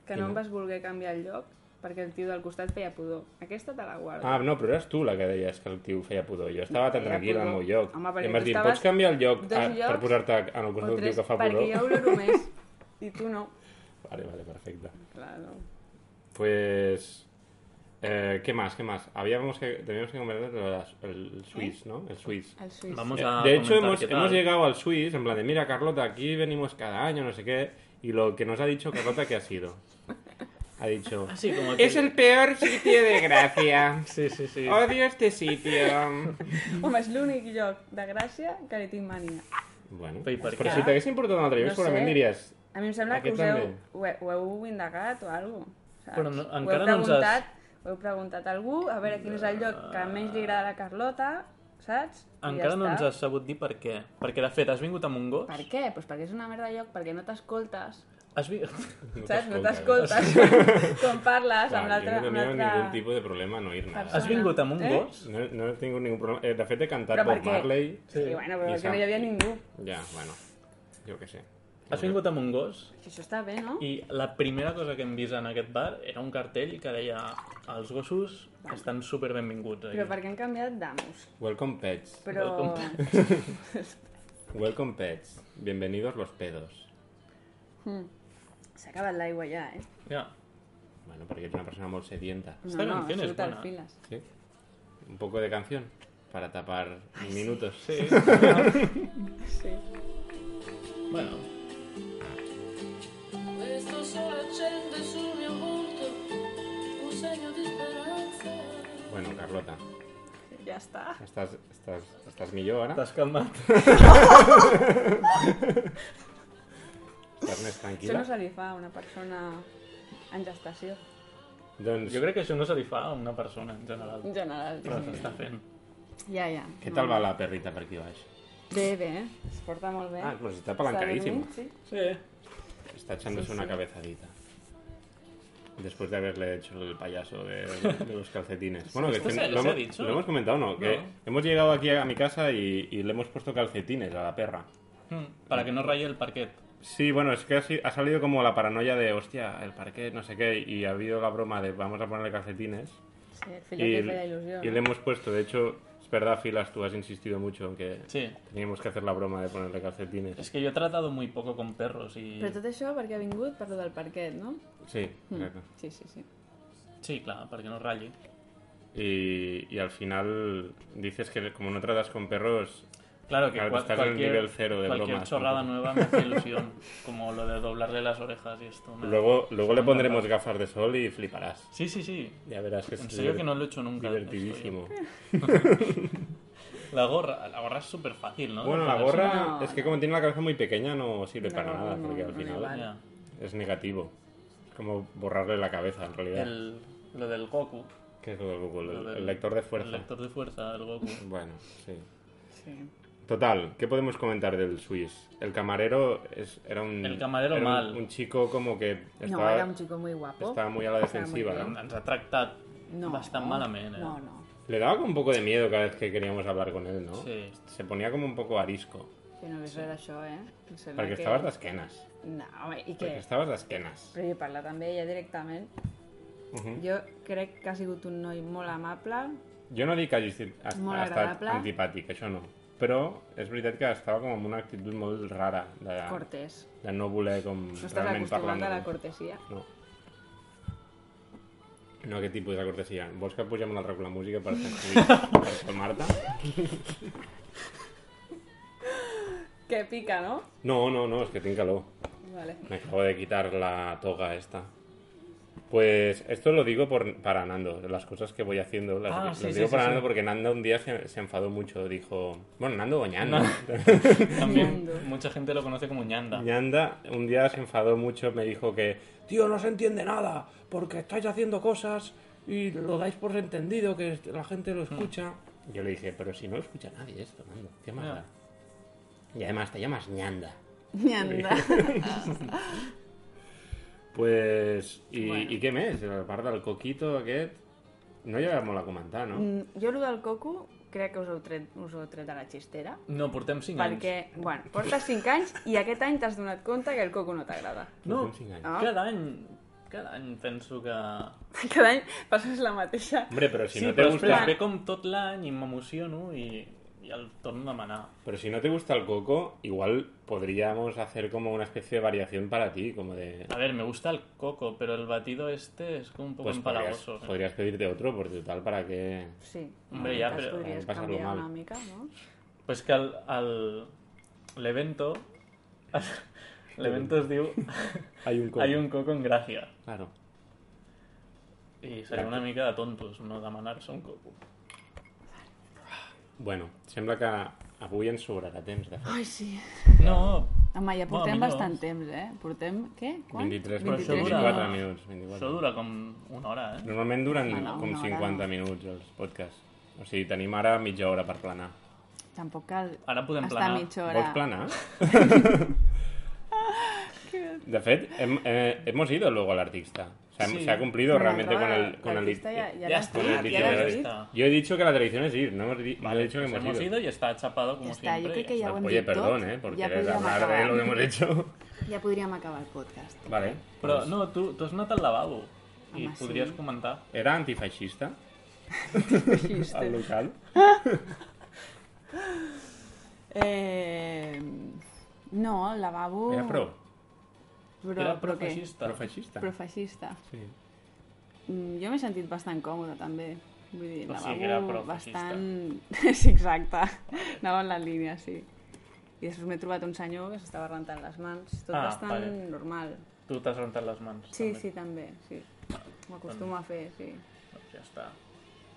Speaker 3: que no em vas voler canviar el lloc perquè el tio del costat feia pudor. Aquesta te la guardo.
Speaker 2: doncs
Speaker 1: Ah, no, però eres tu la que deies que el tio feia pudor. Jo estava tan
Speaker 3: Feia
Speaker 1: tranquil·la al meu
Speaker 3: pudor.
Speaker 1: lloc.
Speaker 3: Home, perquè
Speaker 1: I em vas
Speaker 3: tu
Speaker 1: dir,
Speaker 3: estaves
Speaker 1: pots canviar el lloc
Speaker 3: dos
Speaker 1: a- per
Speaker 3: llocs
Speaker 1: posar-te al costat
Speaker 3: o
Speaker 1: del tio
Speaker 3: tres,
Speaker 1: que fa pudor?
Speaker 3: perquè jo oloro més. I tu no.
Speaker 1: Vale, vale, perfecte.
Speaker 3: Clar, no.
Speaker 1: Pues. Eh, ¿Qué más? ¿Qué más? Habíamos que, teníamos que comentar lo de las- el, el Swiss,
Speaker 3: Eh?
Speaker 1: ¿no? El Swiss.
Speaker 3: El suís.
Speaker 2: Vamos
Speaker 1: Eh,
Speaker 2: a
Speaker 1: de hecho,
Speaker 2: comentar
Speaker 1: hemos,
Speaker 2: qué tal.
Speaker 1: hemos llegado al Swiss en plan de: mira, Carlota, aquí venimos cada año, no sé qué. Y lo que nos ha dicho Carlota, que ha sido? Ha dicho:
Speaker 2: Ah, sí, como
Speaker 4: Es
Speaker 2: que-
Speaker 4: el peor sitio de
Speaker 1: <laughs>
Speaker 4: gracia.
Speaker 2: Sí, sí, sí.
Speaker 4: Odio este sitio.
Speaker 3: Home, és l'únic lloc de Gràcia que li tinc mania.
Speaker 1: Bueno,
Speaker 2: Pero ¿y por
Speaker 1: pero
Speaker 2: qué?
Speaker 1: si te hagués importado una
Speaker 3: No
Speaker 1: vez,
Speaker 3: sé.
Speaker 1: seguramente dirías:
Speaker 3: A mi em sembla que
Speaker 1: Aquest
Speaker 3: us heu,
Speaker 1: també.
Speaker 3: ho, he- ho heu indagat o alguna cosa.
Speaker 2: Però no-
Speaker 3: ho heu
Speaker 2: encara no ens has- Ah.
Speaker 3: preguntat, ho heu preguntat a algú, a veure quin és el lloc que menys li agrada a la Carlota, saps? I
Speaker 2: Encara no ens
Speaker 3: està.
Speaker 2: has sabut dir per què. Perquè, de fet, has vingut amb un gos...
Speaker 3: Per què? Pues perquè és una merda de lloc, perquè no t'escoltes,
Speaker 2: Has vi... <laughs>
Speaker 3: saps? No t'escoltes <laughs> quan, quan parles
Speaker 1: Buah,
Speaker 3: amb
Speaker 1: yo
Speaker 3: l'altra...
Speaker 1: no tenía
Speaker 3: amb l'altra-
Speaker 1: ningún tipo de problema en oír nada.
Speaker 2: Has vingut amb un
Speaker 3: Eh?
Speaker 2: gos...
Speaker 1: No, no tengo ningún problema. Eh, de fet, he cantat
Speaker 3: Però
Speaker 1: Bob
Speaker 3: per què?
Speaker 1: Marley.
Speaker 3: Sí, bueno,
Speaker 1: I
Speaker 3: però que
Speaker 1: Sam-
Speaker 3: no hi havia ningú.
Speaker 1: Ya, bueno. Yo qué sé.
Speaker 2: Has vingut amb un gos
Speaker 3: Això està bé, no?
Speaker 2: i la primera cosa que hem vist en aquest bar era un cartell que deia els gossos estan super benvinguts
Speaker 3: Però
Speaker 2: aquí.
Speaker 3: perquè han canviat d'amos.
Speaker 1: Welcome pets.
Speaker 3: Però...
Speaker 1: Welcome pets. Bienvenidos los pedos.
Speaker 3: S'ha acabat l'aigua ja, eh?
Speaker 2: Ja.
Speaker 1: Bueno, porque es una persona muy sedienta.
Speaker 2: Esta
Speaker 3: no,
Speaker 2: canción
Speaker 3: no,
Speaker 2: es
Speaker 3: surt al
Speaker 2: buena.
Speaker 3: files.
Speaker 1: ¿Sí? Un poco de canción para tapar minutos.
Speaker 3: <laughs>
Speaker 2: Sí.
Speaker 3: Sí.
Speaker 2: bueno,
Speaker 5: Questo sole accende sul mio volto un segno di speranza.
Speaker 1: Bueno, Carlota,
Speaker 3: Ja està.
Speaker 1: estás, estás, estás millor ara?
Speaker 2: t'has calmat.
Speaker 1: Estàs més
Speaker 3: Això
Speaker 1: tranquil·la?
Speaker 3: no se li fa a una persona en gestació,
Speaker 1: Doncs,
Speaker 2: Jo crec que això no se li fa a una persona en general.
Speaker 3: en general.
Speaker 2: Però s'està fent.
Speaker 3: Ja, ja.
Speaker 1: què tal va la perrita per aquí baix?
Speaker 3: Bé, bé. eh? Es porta molt bé.
Speaker 1: Ah, però si està
Speaker 3: S'ha
Speaker 1: apalancadísimo.
Speaker 3: dormit, Sí.
Speaker 2: Sí.
Speaker 1: Está echándose una cabezadita. Después de haberle hecho el payaso de, de los calcetines. Bueno, que
Speaker 2: ¿Esto se-
Speaker 1: lo,
Speaker 2: se ha
Speaker 1: hemos-
Speaker 2: dicho?
Speaker 1: lo hemos comentado, ¿no? Que
Speaker 2: No.
Speaker 1: hemos llegado aquí a mi casa y, y le hemos puesto calcetines a la perra.
Speaker 2: Mm, Para que no raye el parquet.
Speaker 1: Sí, bueno, es que ha, si- ha salido como la paranoia de, hostia, el parquet, no sé qué, y ha habido la broma de vamos a ponerle calcetines.
Speaker 3: Sí, el
Speaker 1: Y,
Speaker 3: fill que feia il·lusió.
Speaker 1: y le hemos puesto, de hecho, es verdad, Filas, tú has insistido mucho en que
Speaker 2: Sí.
Speaker 1: teníamos que hacer la broma de ponerle calcetines.
Speaker 2: Es que yo he tratado muy poco con perros y...
Speaker 3: Però tot això perquè ha vingut per lo del parquet, no? Mm.
Speaker 1: Sí,
Speaker 3: Hmm.
Speaker 1: exacto.
Speaker 3: Sí, sí, sí.
Speaker 2: Sí, claro, para que no raye.
Speaker 1: Y, y al final dices que como no tratas con perros,
Speaker 2: Claro, que
Speaker 1: Claro,
Speaker 2: cua-
Speaker 1: estás en el
Speaker 2: cualquier,
Speaker 1: nivel cero de
Speaker 2: cualquier
Speaker 1: bromas,
Speaker 2: chorrada
Speaker 1: tampoco.
Speaker 2: nueva me hace ilusión. <laughs> como lo de doblarle las orejas y esto. me-
Speaker 1: luego, luego le
Speaker 2: me
Speaker 1: pondremos
Speaker 2: encanta.
Speaker 1: gafas de sol y fliparás.
Speaker 2: Sí, sí, sí.
Speaker 1: Ya verás que
Speaker 2: En
Speaker 1: es
Speaker 2: serio
Speaker 1: divert-
Speaker 2: que no lo he hecho nunca.
Speaker 1: divertidísimo.
Speaker 2: Estoy- La gorra, la gorra es súper fácil, ¿no?
Speaker 1: Bueno,
Speaker 2: De
Speaker 1: la
Speaker 2: ponerse.
Speaker 1: gorra
Speaker 3: No,
Speaker 1: es que
Speaker 3: no.
Speaker 1: como tiene la cabeza muy pequeña no sirve
Speaker 3: No,
Speaker 1: para nada,
Speaker 3: no,
Speaker 1: porque al
Speaker 3: no le
Speaker 1: final
Speaker 3: vale.
Speaker 2: Ya.
Speaker 1: es negativo. Es como borrarle la cabeza en realidad.
Speaker 2: El- lo del Goku.
Speaker 1: ¿Qué es lo del Google?
Speaker 2: lo
Speaker 1: El,
Speaker 2: del-
Speaker 1: el lector de fuerza.
Speaker 2: El lector de fuerza del Goku. <laughs>
Speaker 1: Bueno, sí.
Speaker 3: Sí.
Speaker 1: Total, ¿qué podemos comentar del Swiss? El camarero es- era un
Speaker 2: El camarero
Speaker 1: era un-
Speaker 2: mal.
Speaker 1: Un, chico como que
Speaker 3: No,
Speaker 1: estaba,
Speaker 3: era un chico muy guapo.
Speaker 1: estaba muy a la
Speaker 3: Estaba muy
Speaker 1: defensiva.
Speaker 3: bien.
Speaker 1: ¿no?
Speaker 2: Ens ha tractat
Speaker 3: No.
Speaker 2: bastant malament, eh?
Speaker 3: No, no.
Speaker 1: Le daba como un poco de miedo cada vez que queríamos hablar con él, ¿no?
Speaker 2: Sí.
Speaker 1: Se ponía como un poco arisco.
Speaker 3: Que no ves res d'això, eh? Em sembla
Speaker 1: Perquè estaves d'esquenes.
Speaker 3: No, home, i què?
Speaker 1: Perquè estaves d'esquenes.
Speaker 3: Però jo he parlat amb ella directament. Jo crec que ha sigut un noi molt amable.
Speaker 1: Jo no dic que hagi estat, ha,
Speaker 3: Molt
Speaker 1: ha estat
Speaker 3: agradable.
Speaker 1: antipàtic, això no. Però és veritat que estava com amb una actitud molt rara de,
Speaker 3: Cortés.
Speaker 1: de no voler com
Speaker 3: No estàs
Speaker 1: realment parlar
Speaker 3: acostumat
Speaker 1: amb
Speaker 3: a la
Speaker 1: ell.
Speaker 3: cortesia.
Speaker 1: No. No aquest tipus de cortesia. Vols que pugem una altra cop la música per,
Speaker 3: <laughs>
Speaker 1: per calmar-te?
Speaker 3: Que pica, no?
Speaker 1: No, no, no, és que tinc calor.
Speaker 3: Vale.
Speaker 1: Me acabo de quitar la toga esta. Pues esto lo digo por, para Nando, las cosas que voy haciendo. Las,
Speaker 2: Ah,
Speaker 1: las
Speaker 2: sí, sí,
Speaker 1: digo
Speaker 2: sí,
Speaker 1: para
Speaker 2: sí.
Speaker 1: Nando porque Nando un día se, se enfadó mucho. Dijo. Bueno, Nando o Ñanda.
Speaker 3: <laughs>
Speaker 2: También
Speaker 3: Ñando.
Speaker 2: mucha gente lo conoce como ñanda.
Speaker 1: Ñanda un día se enfadó mucho. Me dijo que. Tío, no se entiende nada porque estáis haciendo cosas y lo dais por entendido que est- la gente lo escucha. Yo le dije, pero si no lo escucha nadie esto, Nando. ¿Qué más
Speaker 2: Mm. Ya.
Speaker 1: da?". Y además te llamas Ñanda.
Speaker 3: Ni anda.
Speaker 1: Pues, i,
Speaker 3: Bueno.
Speaker 1: bueno. i què més? A part del coquito aquest, no hi ha molt a comentar, no? Mm.
Speaker 3: Mm, Jo el del coco crec que us heu tret, us ho heu tret de la xistera.
Speaker 2: No, portem 5
Speaker 3: Perquè,
Speaker 2: anys.
Speaker 3: bueno, portes 5 anys i aquest any t'has donat compte que el coco no t'agrada. <laughs>
Speaker 2: No,
Speaker 1: Portem cinc anys.
Speaker 3: Ah.
Speaker 2: cada any, cada any penso que...
Speaker 3: Cada any passes la mateixa...
Speaker 1: Hombre, però si,
Speaker 2: sí,
Speaker 1: no te
Speaker 2: però
Speaker 1: gusta,
Speaker 2: després ve com tot l'any i m'emociono i, i el torno a demanar.
Speaker 1: però si no te gusta el coco, igual podríamos hacer como una especie de variación para ti, como de...
Speaker 2: A ver, me gusta el coco, pero el batido este es como un poco
Speaker 1: Pues podrías,
Speaker 2: empalagoso. ¿eh?
Speaker 1: podrías pedirte otro, por total, para que...
Speaker 3: Sí.
Speaker 2: Hombre, ja,
Speaker 3: T'has
Speaker 2: però- eh,
Speaker 3: Podries
Speaker 1: Passar-lo
Speaker 3: canviar
Speaker 1: mal.
Speaker 3: una mica, no?
Speaker 2: Pues que al, al... l'evento...
Speaker 1: <laughs>
Speaker 2: L'evento es diu
Speaker 1: Hay un coco.
Speaker 2: Hay un coco en gràcia.
Speaker 1: Claro.
Speaker 2: I seria una mica de tontos no demanar-se un coco.
Speaker 1: Bueno, sembla que avui ens sobrarà temps, de fet.
Speaker 3: Ai, sí.
Speaker 2: No,
Speaker 3: Home, ja
Speaker 2: Bueno,
Speaker 3: portem
Speaker 2: millor.
Speaker 3: bastant temps, eh? Portem, què? Quan?
Speaker 1: 23,
Speaker 2: Però
Speaker 1: 23,
Speaker 2: això
Speaker 1: 24
Speaker 2: dura-
Speaker 1: minuts. 24.
Speaker 2: això dura com una hora, eh?
Speaker 1: Normalment duren
Speaker 3: Bueno,
Speaker 1: com
Speaker 3: una hora
Speaker 1: 50
Speaker 3: no.
Speaker 1: minuts els podcasts. O sigui, tenim ara mitja hora per planar.
Speaker 3: Tampoc cal
Speaker 2: Ara podem
Speaker 3: estar
Speaker 2: planar.
Speaker 3: mitja hora.
Speaker 1: ¿Vols plana? <laughs> De fet, hem- eh, hemos ido luego al artista. O sea, hem-
Speaker 2: Sí.
Speaker 1: se ha cumplido
Speaker 3: Bueno,
Speaker 1: realmente con
Speaker 3: acaba
Speaker 1: el... Con el
Speaker 3: l'artista ja, ja,
Speaker 2: Ya
Speaker 3: l'has
Speaker 2: está,
Speaker 1: con el
Speaker 3: dit,
Speaker 2: ya
Speaker 3: ja
Speaker 2: lo
Speaker 3: l'has
Speaker 2: he
Speaker 3: dit.
Speaker 2: visto. está.
Speaker 1: Yo he dicho que la tradición es ir, no hemos, di- no he dicho que
Speaker 2: Pues
Speaker 1: hemos, ido.
Speaker 2: y está chapado como
Speaker 3: Ya está, yo
Speaker 2: siempre.
Speaker 3: creo que ya- ho hem
Speaker 1: Oye,
Speaker 3: dit tot,
Speaker 1: perdón, ¿eh? Por
Speaker 3: ja
Speaker 1: querer
Speaker 3: podríem
Speaker 1: hablar
Speaker 3: acabar.
Speaker 1: de lo que hemos hecho.
Speaker 3: Ja podríem acabar el podcast.
Speaker 1: <laughs>
Speaker 3: <laughs>
Speaker 1: Vale.
Speaker 2: Però
Speaker 1: pues,
Speaker 2: no, tu, tu has anat al lavabo i
Speaker 3: Home, sí.
Speaker 2: podries comentar.
Speaker 1: Era antifeixista, el local.
Speaker 3: Eh, no, el
Speaker 2: Este.
Speaker 3: lavabo...
Speaker 1: Era pro,
Speaker 3: Però,
Speaker 2: Era
Speaker 3: però què?
Speaker 2: profeixista.
Speaker 1: profeixista.
Speaker 3: Profeixista.
Speaker 1: Sí.
Speaker 3: Mm, Jo m'he sentit bastant còmoda, també. Vull dir,
Speaker 2: O
Speaker 3: lavabo
Speaker 2: sigui que era profeixista.
Speaker 3: bastant... <laughs> Sí, exacte. Anava en la línia, sí. I després m'he trobat un senyor que s'estava rentant les mans. Tot
Speaker 2: Ah,
Speaker 3: bastant
Speaker 2: vale.
Speaker 3: normal.
Speaker 2: Tu t'has rentat les mans.
Speaker 3: Sí,
Speaker 2: també.
Speaker 3: sí, també, sí. M'acostumo a fer, sí.
Speaker 2: Doncs ja està.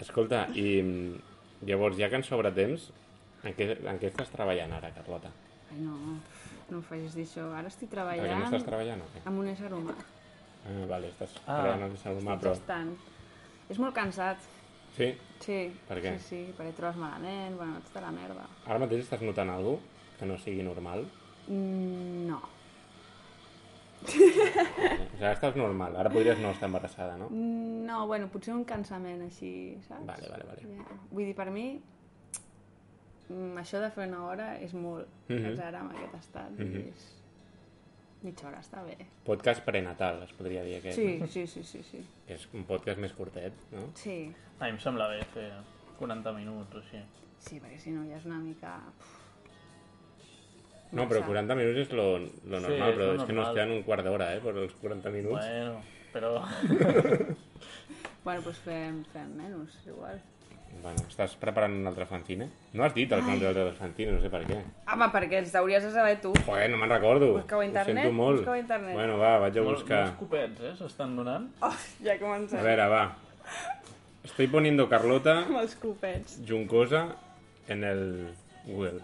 Speaker 1: escolta, i mm, llavors, ja que ens sobra temps, en què, en què estàs treballant ara, Carlota?
Speaker 3: Ai, no, no em facis dir això. Ara estic
Speaker 1: Perquè no estàs
Speaker 3: treballant
Speaker 1: treballant o què?
Speaker 3: amb un ésser humà.
Speaker 1: Ah, vale, estàs
Speaker 2: Ah.
Speaker 1: treballant al ser humà, però...
Speaker 3: Bastant. És molt cansat,
Speaker 1: Sí?
Speaker 3: sí.
Speaker 1: Per què?
Speaker 3: Sí, sí, perquè et trobes malament, bueno, ets de la merda.
Speaker 1: Ara mateix estàs notant alguna cosa que no sigui normal?
Speaker 3: Mm, no.
Speaker 1: O sigui, estàs normal, ara podries no estar embarassada, no?
Speaker 3: Mm, No, bueno, potser un cansament així, saps?
Speaker 1: Vale, vale, vale.
Speaker 3: Ja. Vull dir, per mi, mm, això de fer una hora és molt, mm
Speaker 1: Mhm.
Speaker 3: -hmm. saps, ara amb aquest estat. Mm -hmm. és... Mitja hora està bé.
Speaker 1: Podcast prenatal, es podria dir aquest.
Speaker 3: Sí, sí, sí, sí, sí.
Speaker 1: no? És un podcast més curtet, no?
Speaker 3: Sí,
Speaker 2: A mi em sembla bé fer 40 minuts o així.
Speaker 3: sí, perquè si no ja és una mica...
Speaker 1: No, però
Speaker 3: Massa.
Speaker 1: 40 minuts és lo, lo
Speaker 2: Sí,
Speaker 1: normal,
Speaker 2: és
Speaker 1: però
Speaker 2: lo
Speaker 1: és que no
Speaker 2: normal.
Speaker 1: es queden un quart d'hora, eh, per els 40 minuts.
Speaker 2: Bueno, però...
Speaker 3: Bueno, doncs fem, fem menys, igual.
Speaker 1: Bueno, estàs preparant un altre fanzine? No has dit el nom de l'altre fanzine, no sé per què.
Speaker 3: Home, perquè els hauries de saber tu.
Speaker 1: Joder, no me'n recordo.
Speaker 3: Busca-ho a internet,
Speaker 1: Ho sento molt.
Speaker 3: busca-ho a internet.
Speaker 1: Bueno, va, vaig a
Speaker 2: <laughs> Molts
Speaker 1: buscar.
Speaker 2: molts copets, eh? S'estan donant.
Speaker 3: Oh, ja
Speaker 1: A
Speaker 3: comencem
Speaker 1: veure, va. Estoy poniendo Carlota
Speaker 3: amb els copets.
Speaker 1: Juncosa en el Google.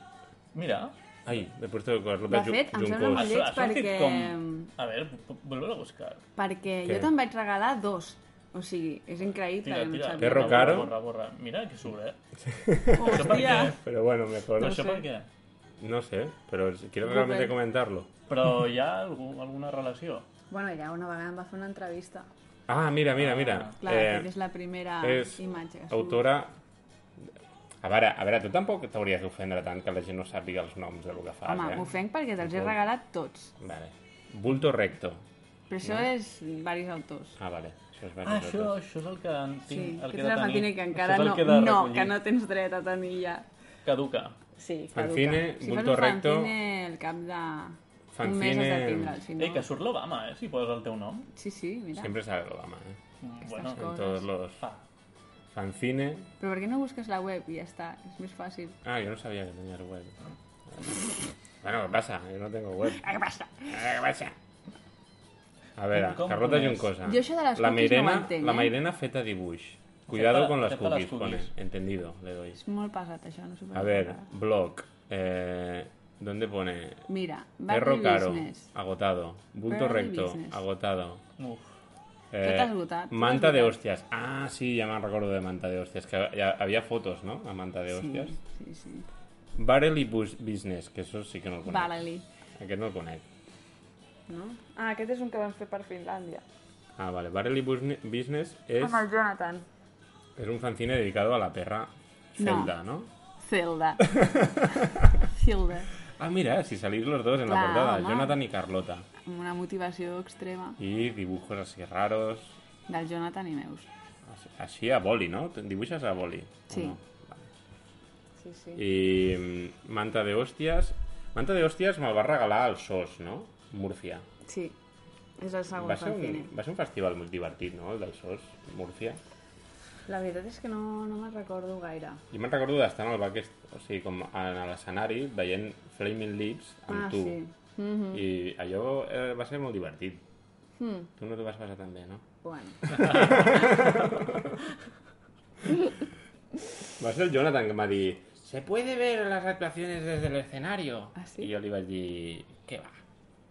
Speaker 2: Mira.
Speaker 1: Ay, he puesto Carlota
Speaker 3: De fet, em sembla
Speaker 1: Juncosa.
Speaker 3: molt lleig
Speaker 2: Ha sortit
Speaker 3: perquè...
Speaker 2: com- A veure, pu- voleu a buscar.
Speaker 3: Perquè
Speaker 1: Què?
Speaker 3: jo te'n vaig regalar dos. O sigui, és increïble.
Speaker 2: Tira,
Speaker 3: que no
Speaker 2: tira.
Speaker 3: sàpiga.
Speaker 1: Perro
Speaker 2: borra,
Speaker 1: caro.
Speaker 2: Borra, borra. Mira, que surt, eh? Això per
Speaker 3: Hòstia.
Speaker 2: què?
Speaker 1: Pero bueno, mejor.
Speaker 2: Però això per què?
Speaker 1: No sé, pero quiero realmente comentarlo.
Speaker 2: Però hi ha algú, alguna relació?
Speaker 3: Bueno, ja una vegada em va fer una entrevista.
Speaker 1: Ah, mira, mira, mira.
Speaker 3: Clar,
Speaker 1: Eh,
Speaker 3: aquesta és la primera
Speaker 1: és
Speaker 3: imatge. que surt.
Speaker 1: autora... A veure, a veure, tu tampoc t'hauries d'ofendre tant que la gent no sàpiga els noms del que fas,
Speaker 3: Home,
Speaker 1: eh?
Speaker 3: m'ofenc perquè te'ls he regalat tots.
Speaker 1: Vale. Bulto recto.
Speaker 3: Però això és diversos autors.
Speaker 1: Ah, vale. Això és
Speaker 2: Ah,
Speaker 1: veritat.
Speaker 2: això, això és el que en tinc,
Speaker 3: Sí,
Speaker 2: el
Speaker 3: que
Speaker 2: que
Speaker 3: és
Speaker 2: he de
Speaker 3: una
Speaker 2: tenir.
Speaker 3: fantina que
Speaker 2: Això
Speaker 3: encara
Speaker 2: és el
Speaker 3: no,
Speaker 2: que he de
Speaker 3: no,
Speaker 2: recollir.
Speaker 3: que no tens dret a tenir ja.
Speaker 2: Caduca.
Speaker 3: Sí, caduca.
Speaker 1: Fanzine,
Speaker 3: si fas
Speaker 1: bulto
Speaker 3: un
Speaker 1: recto.
Speaker 3: fanzine, el cap de... Un mes
Speaker 1: Fanzine-
Speaker 3: has de tindre'l, si no...
Speaker 2: Ei, que surt l'Obama, eh? Si poses el teu nom.
Speaker 3: Sí, sí, mira.
Speaker 1: Sempre sale Obama, eh?
Speaker 2: Bueno,
Speaker 3: coses.
Speaker 1: En todos los...
Speaker 2: ah,
Speaker 1: Fanzine...
Speaker 3: Però per què no busques la web i ja està? És més fàcil.
Speaker 1: Ah, yo no sabía que tenías web. Bueno, ¿qué pasa? Yo no tengo web.
Speaker 3: Ah, què passa?
Speaker 1: ¿Qué pasa? A veure,
Speaker 2: Com
Speaker 1: Carlota
Speaker 2: coneix?
Speaker 1: Juncosa.
Speaker 3: Jo això de les
Speaker 1: la
Speaker 3: cookies
Speaker 1: Mairena,
Speaker 3: no ho entenc,
Speaker 1: La
Speaker 3: eh?
Speaker 1: Mairena feta dibuix. Cuidado
Speaker 2: Feta-
Speaker 1: con las
Speaker 2: feta les
Speaker 1: cookies, pone.
Speaker 2: cookies.
Speaker 1: Entendido, le doy.
Speaker 3: És molt pesat, això, no s'ho pot
Speaker 1: A ver, blog. Eh, ¿Dónde pone?
Speaker 3: Mira, Barry
Speaker 1: Perro caro,
Speaker 3: Business.
Speaker 1: agotado. Bulto
Speaker 3: Barry
Speaker 1: recto,
Speaker 3: Business.
Speaker 1: agotado.
Speaker 2: uf.
Speaker 1: Eh,
Speaker 3: Tot esgotat, tot
Speaker 1: Manta de
Speaker 3: esgotat.
Speaker 1: hostias. Ah, sí, ya me recuerdo de manta de hostias. Que ya había fotos, ¿no? A manta de hostias.
Speaker 3: Sí, sí.
Speaker 1: Barrel y Bus- Business, que eso sí que no lo conozco.
Speaker 3: Valely.
Speaker 1: Aquest no el conec.
Speaker 3: No? Ah, aquest és un que vam fer per Finlàndia.
Speaker 1: Ah, vale. Barely Busne- Business es,
Speaker 3: Amb el Jonathan.
Speaker 1: es un fanzine dedicado a la perra Zelda, ¿no?
Speaker 3: Zelda.
Speaker 1: <laughs>
Speaker 3: Zelda.
Speaker 1: Ah, mira, si salís los dos en la
Speaker 3: Claro,
Speaker 1: portada,
Speaker 3: home.
Speaker 1: Jonathan y Carlota.
Speaker 3: Amb una motivació extrema
Speaker 1: Y dibujos así raros,
Speaker 3: del Jonathan i meus.
Speaker 1: así- así a boli, ¿no? ¿Te ¿Dibujas a boli? o
Speaker 3: Sí.
Speaker 1: no?
Speaker 3: Sí, sí.
Speaker 1: Y mm, manta de hostias. Manta de hostias me va a regalar al SOS, ¿no? Murcia.
Speaker 3: Sí, és el segon
Speaker 1: Va ser,
Speaker 3: fanzine.
Speaker 1: un, va ser un festival molt divertit, no? El del SOS, Murcia.
Speaker 3: La veritat és que no, no me'n recordo gaire.
Speaker 1: Jo me'n recordo d'estar en el backest, o sigui, com en l'escenari, veient Flaming Lips amb
Speaker 3: ah,
Speaker 1: tu.
Speaker 3: sí.
Speaker 1: I allò eh, va ser molt divertit. Tu no t'ho vas passar tan bé, no?
Speaker 3: Hmm.
Speaker 1: <laughs>
Speaker 3: Bueno,
Speaker 1: Va ser el Jonathan que m'ha dit...
Speaker 4: ¿Se puede ver las actuaciones desde el escenario?
Speaker 3: ah, sí?
Speaker 1: I jo li vaig dir... Què va?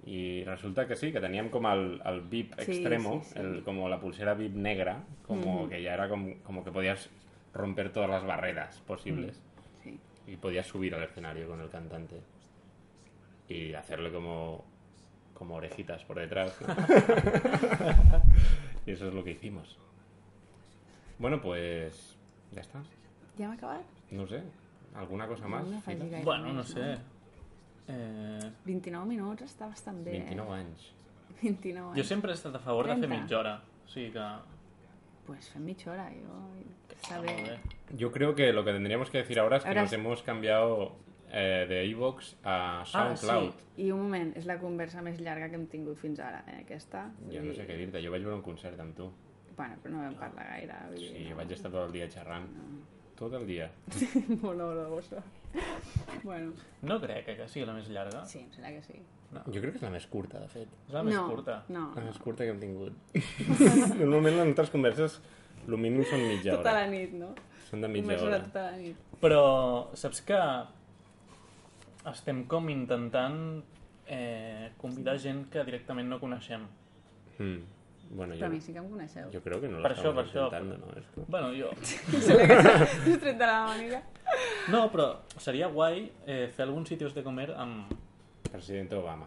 Speaker 1: I resulta que sí, que teníem com el, el VIP
Speaker 3: Sí,
Speaker 1: extremo,
Speaker 3: sí, sí.
Speaker 1: El, como la pulsera VIP negra, como que ya era como, como que podías romper todas las barreras posibles
Speaker 3: Sí.
Speaker 1: y podías subir al escenario con el cantante y hacerle como, como orejitas por detrás. ¿no? y eso es lo que hicimos. Bueno, pues ya está.
Speaker 3: Ja hem acabat?
Speaker 1: No sé, ¿alguna cosa más?
Speaker 3: No faci
Speaker 1: Fila?
Speaker 3: gaire
Speaker 2: Bueno, no
Speaker 3: més,
Speaker 2: sé. Eh,
Speaker 3: 29 minuts està bastant bé.
Speaker 1: 29 anys.
Speaker 3: Eh? 29 anys.
Speaker 2: jo sempre he estat a favor de fer
Speaker 3: 30.
Speaker 2: mitja hora. O sigui que...
Speaker 3: Pues fem mitja hora, jo... Està
Speaker 2: molt
Speaker 3: bé.
Speaker 2: bé.
Speaker 1: Yo creo que lo que tendríamos que decir ahora es que
Speaker 3: Ahora
Speaker 1: nos
Speaker 3: es-
Speaker 1: hemos cambiado eh, de iVoox a
Speaker 3: Ah,
Speaker 1: SoundCloud.
Speaker 3: sí. I un moment, és la conversa més llarga que hem tingut fins ara, eh, aquesta.
Speaker 1: Jo no sé què dir-te, jo vaig veure un concert amb tu.
Speaker 3: Bueno, però no vam parlar gaire. Vull
Speaker 1: Sí,
Speaker 3: dir, no.
Speaker 1: vaig estar tot el dia xerrant. Tot el dia.
Speaker 3: <laughs> Molt hora bossa. Bueno,
Speaker 2: No crec eh, que sigui la més llarga.
Speaker 3: sí, em sembla que sí.
Speaker 1: Jo crec que és la més curta, de fet.
Speaker 2: És la més
Speaker 3: no,
Speaker 2: curta.
Speaker 3: No,
Speaker 1: La més curta Ah. que hem <laughs> tingut. Normalment les nostres converses, el mínim són mitja
Speaker 3: tota
Speaker 1: hora.
Speaker 3: la nit, no?
Speaker 1: Són de mitja
Speaker 3: Conversa
Speaker 1: hora.
Speaker 3: de tota la nit.
Speaker 2: Però saps que estem com intentant eh, convidar gent que directament no coneixem.
Speaker 1: Mm. Bueno,
Speaker 3: Però a mi
Speaker 1: jo,
Speaker 3: sí que em coneixeu. <laughs>
Speaker 1: jo crec que no
Speaker 2: Per això,
Speaker 1: l'estàvem
Speaker 2: per això.
Speaker 1: intentando, no? Esto.
Speaker 2: Bueno, jo...
Speaker 3: T'ho tret de la màniga.
Speaker 2: No, però seria guai eh, fer alguns sitios de comer amb,
Speaker 1: President Obama.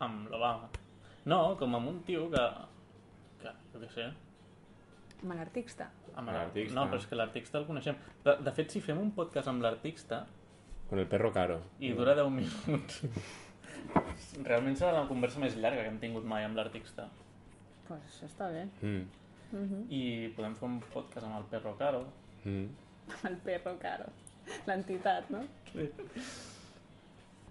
Speaker 2: amb l'Obama. No, com amb un tio que... que jo què sé...
Speaker 3: Amb l'artista.
Speaker 2: Amb
Speaker 1: L'artista.
Speaker 2: No, però és que l'artista el coneixem. De, de fet, si fem un podcast amb l'artista
Speaker 1: Con el perro caro.
Speaker 2: i dura 10 minuts, <laughs> realment serà la conversa més llarga que hem tingut mai amb l'artista.
Speaker 3: Pues això està bé. <laughs>
Speaker 1: Mm.
Speaker 2: I podem fer un podcast amb el Perro Caro.
Speaker 1: Mm.
Speaker 3: El perro caro. L'entitat, no?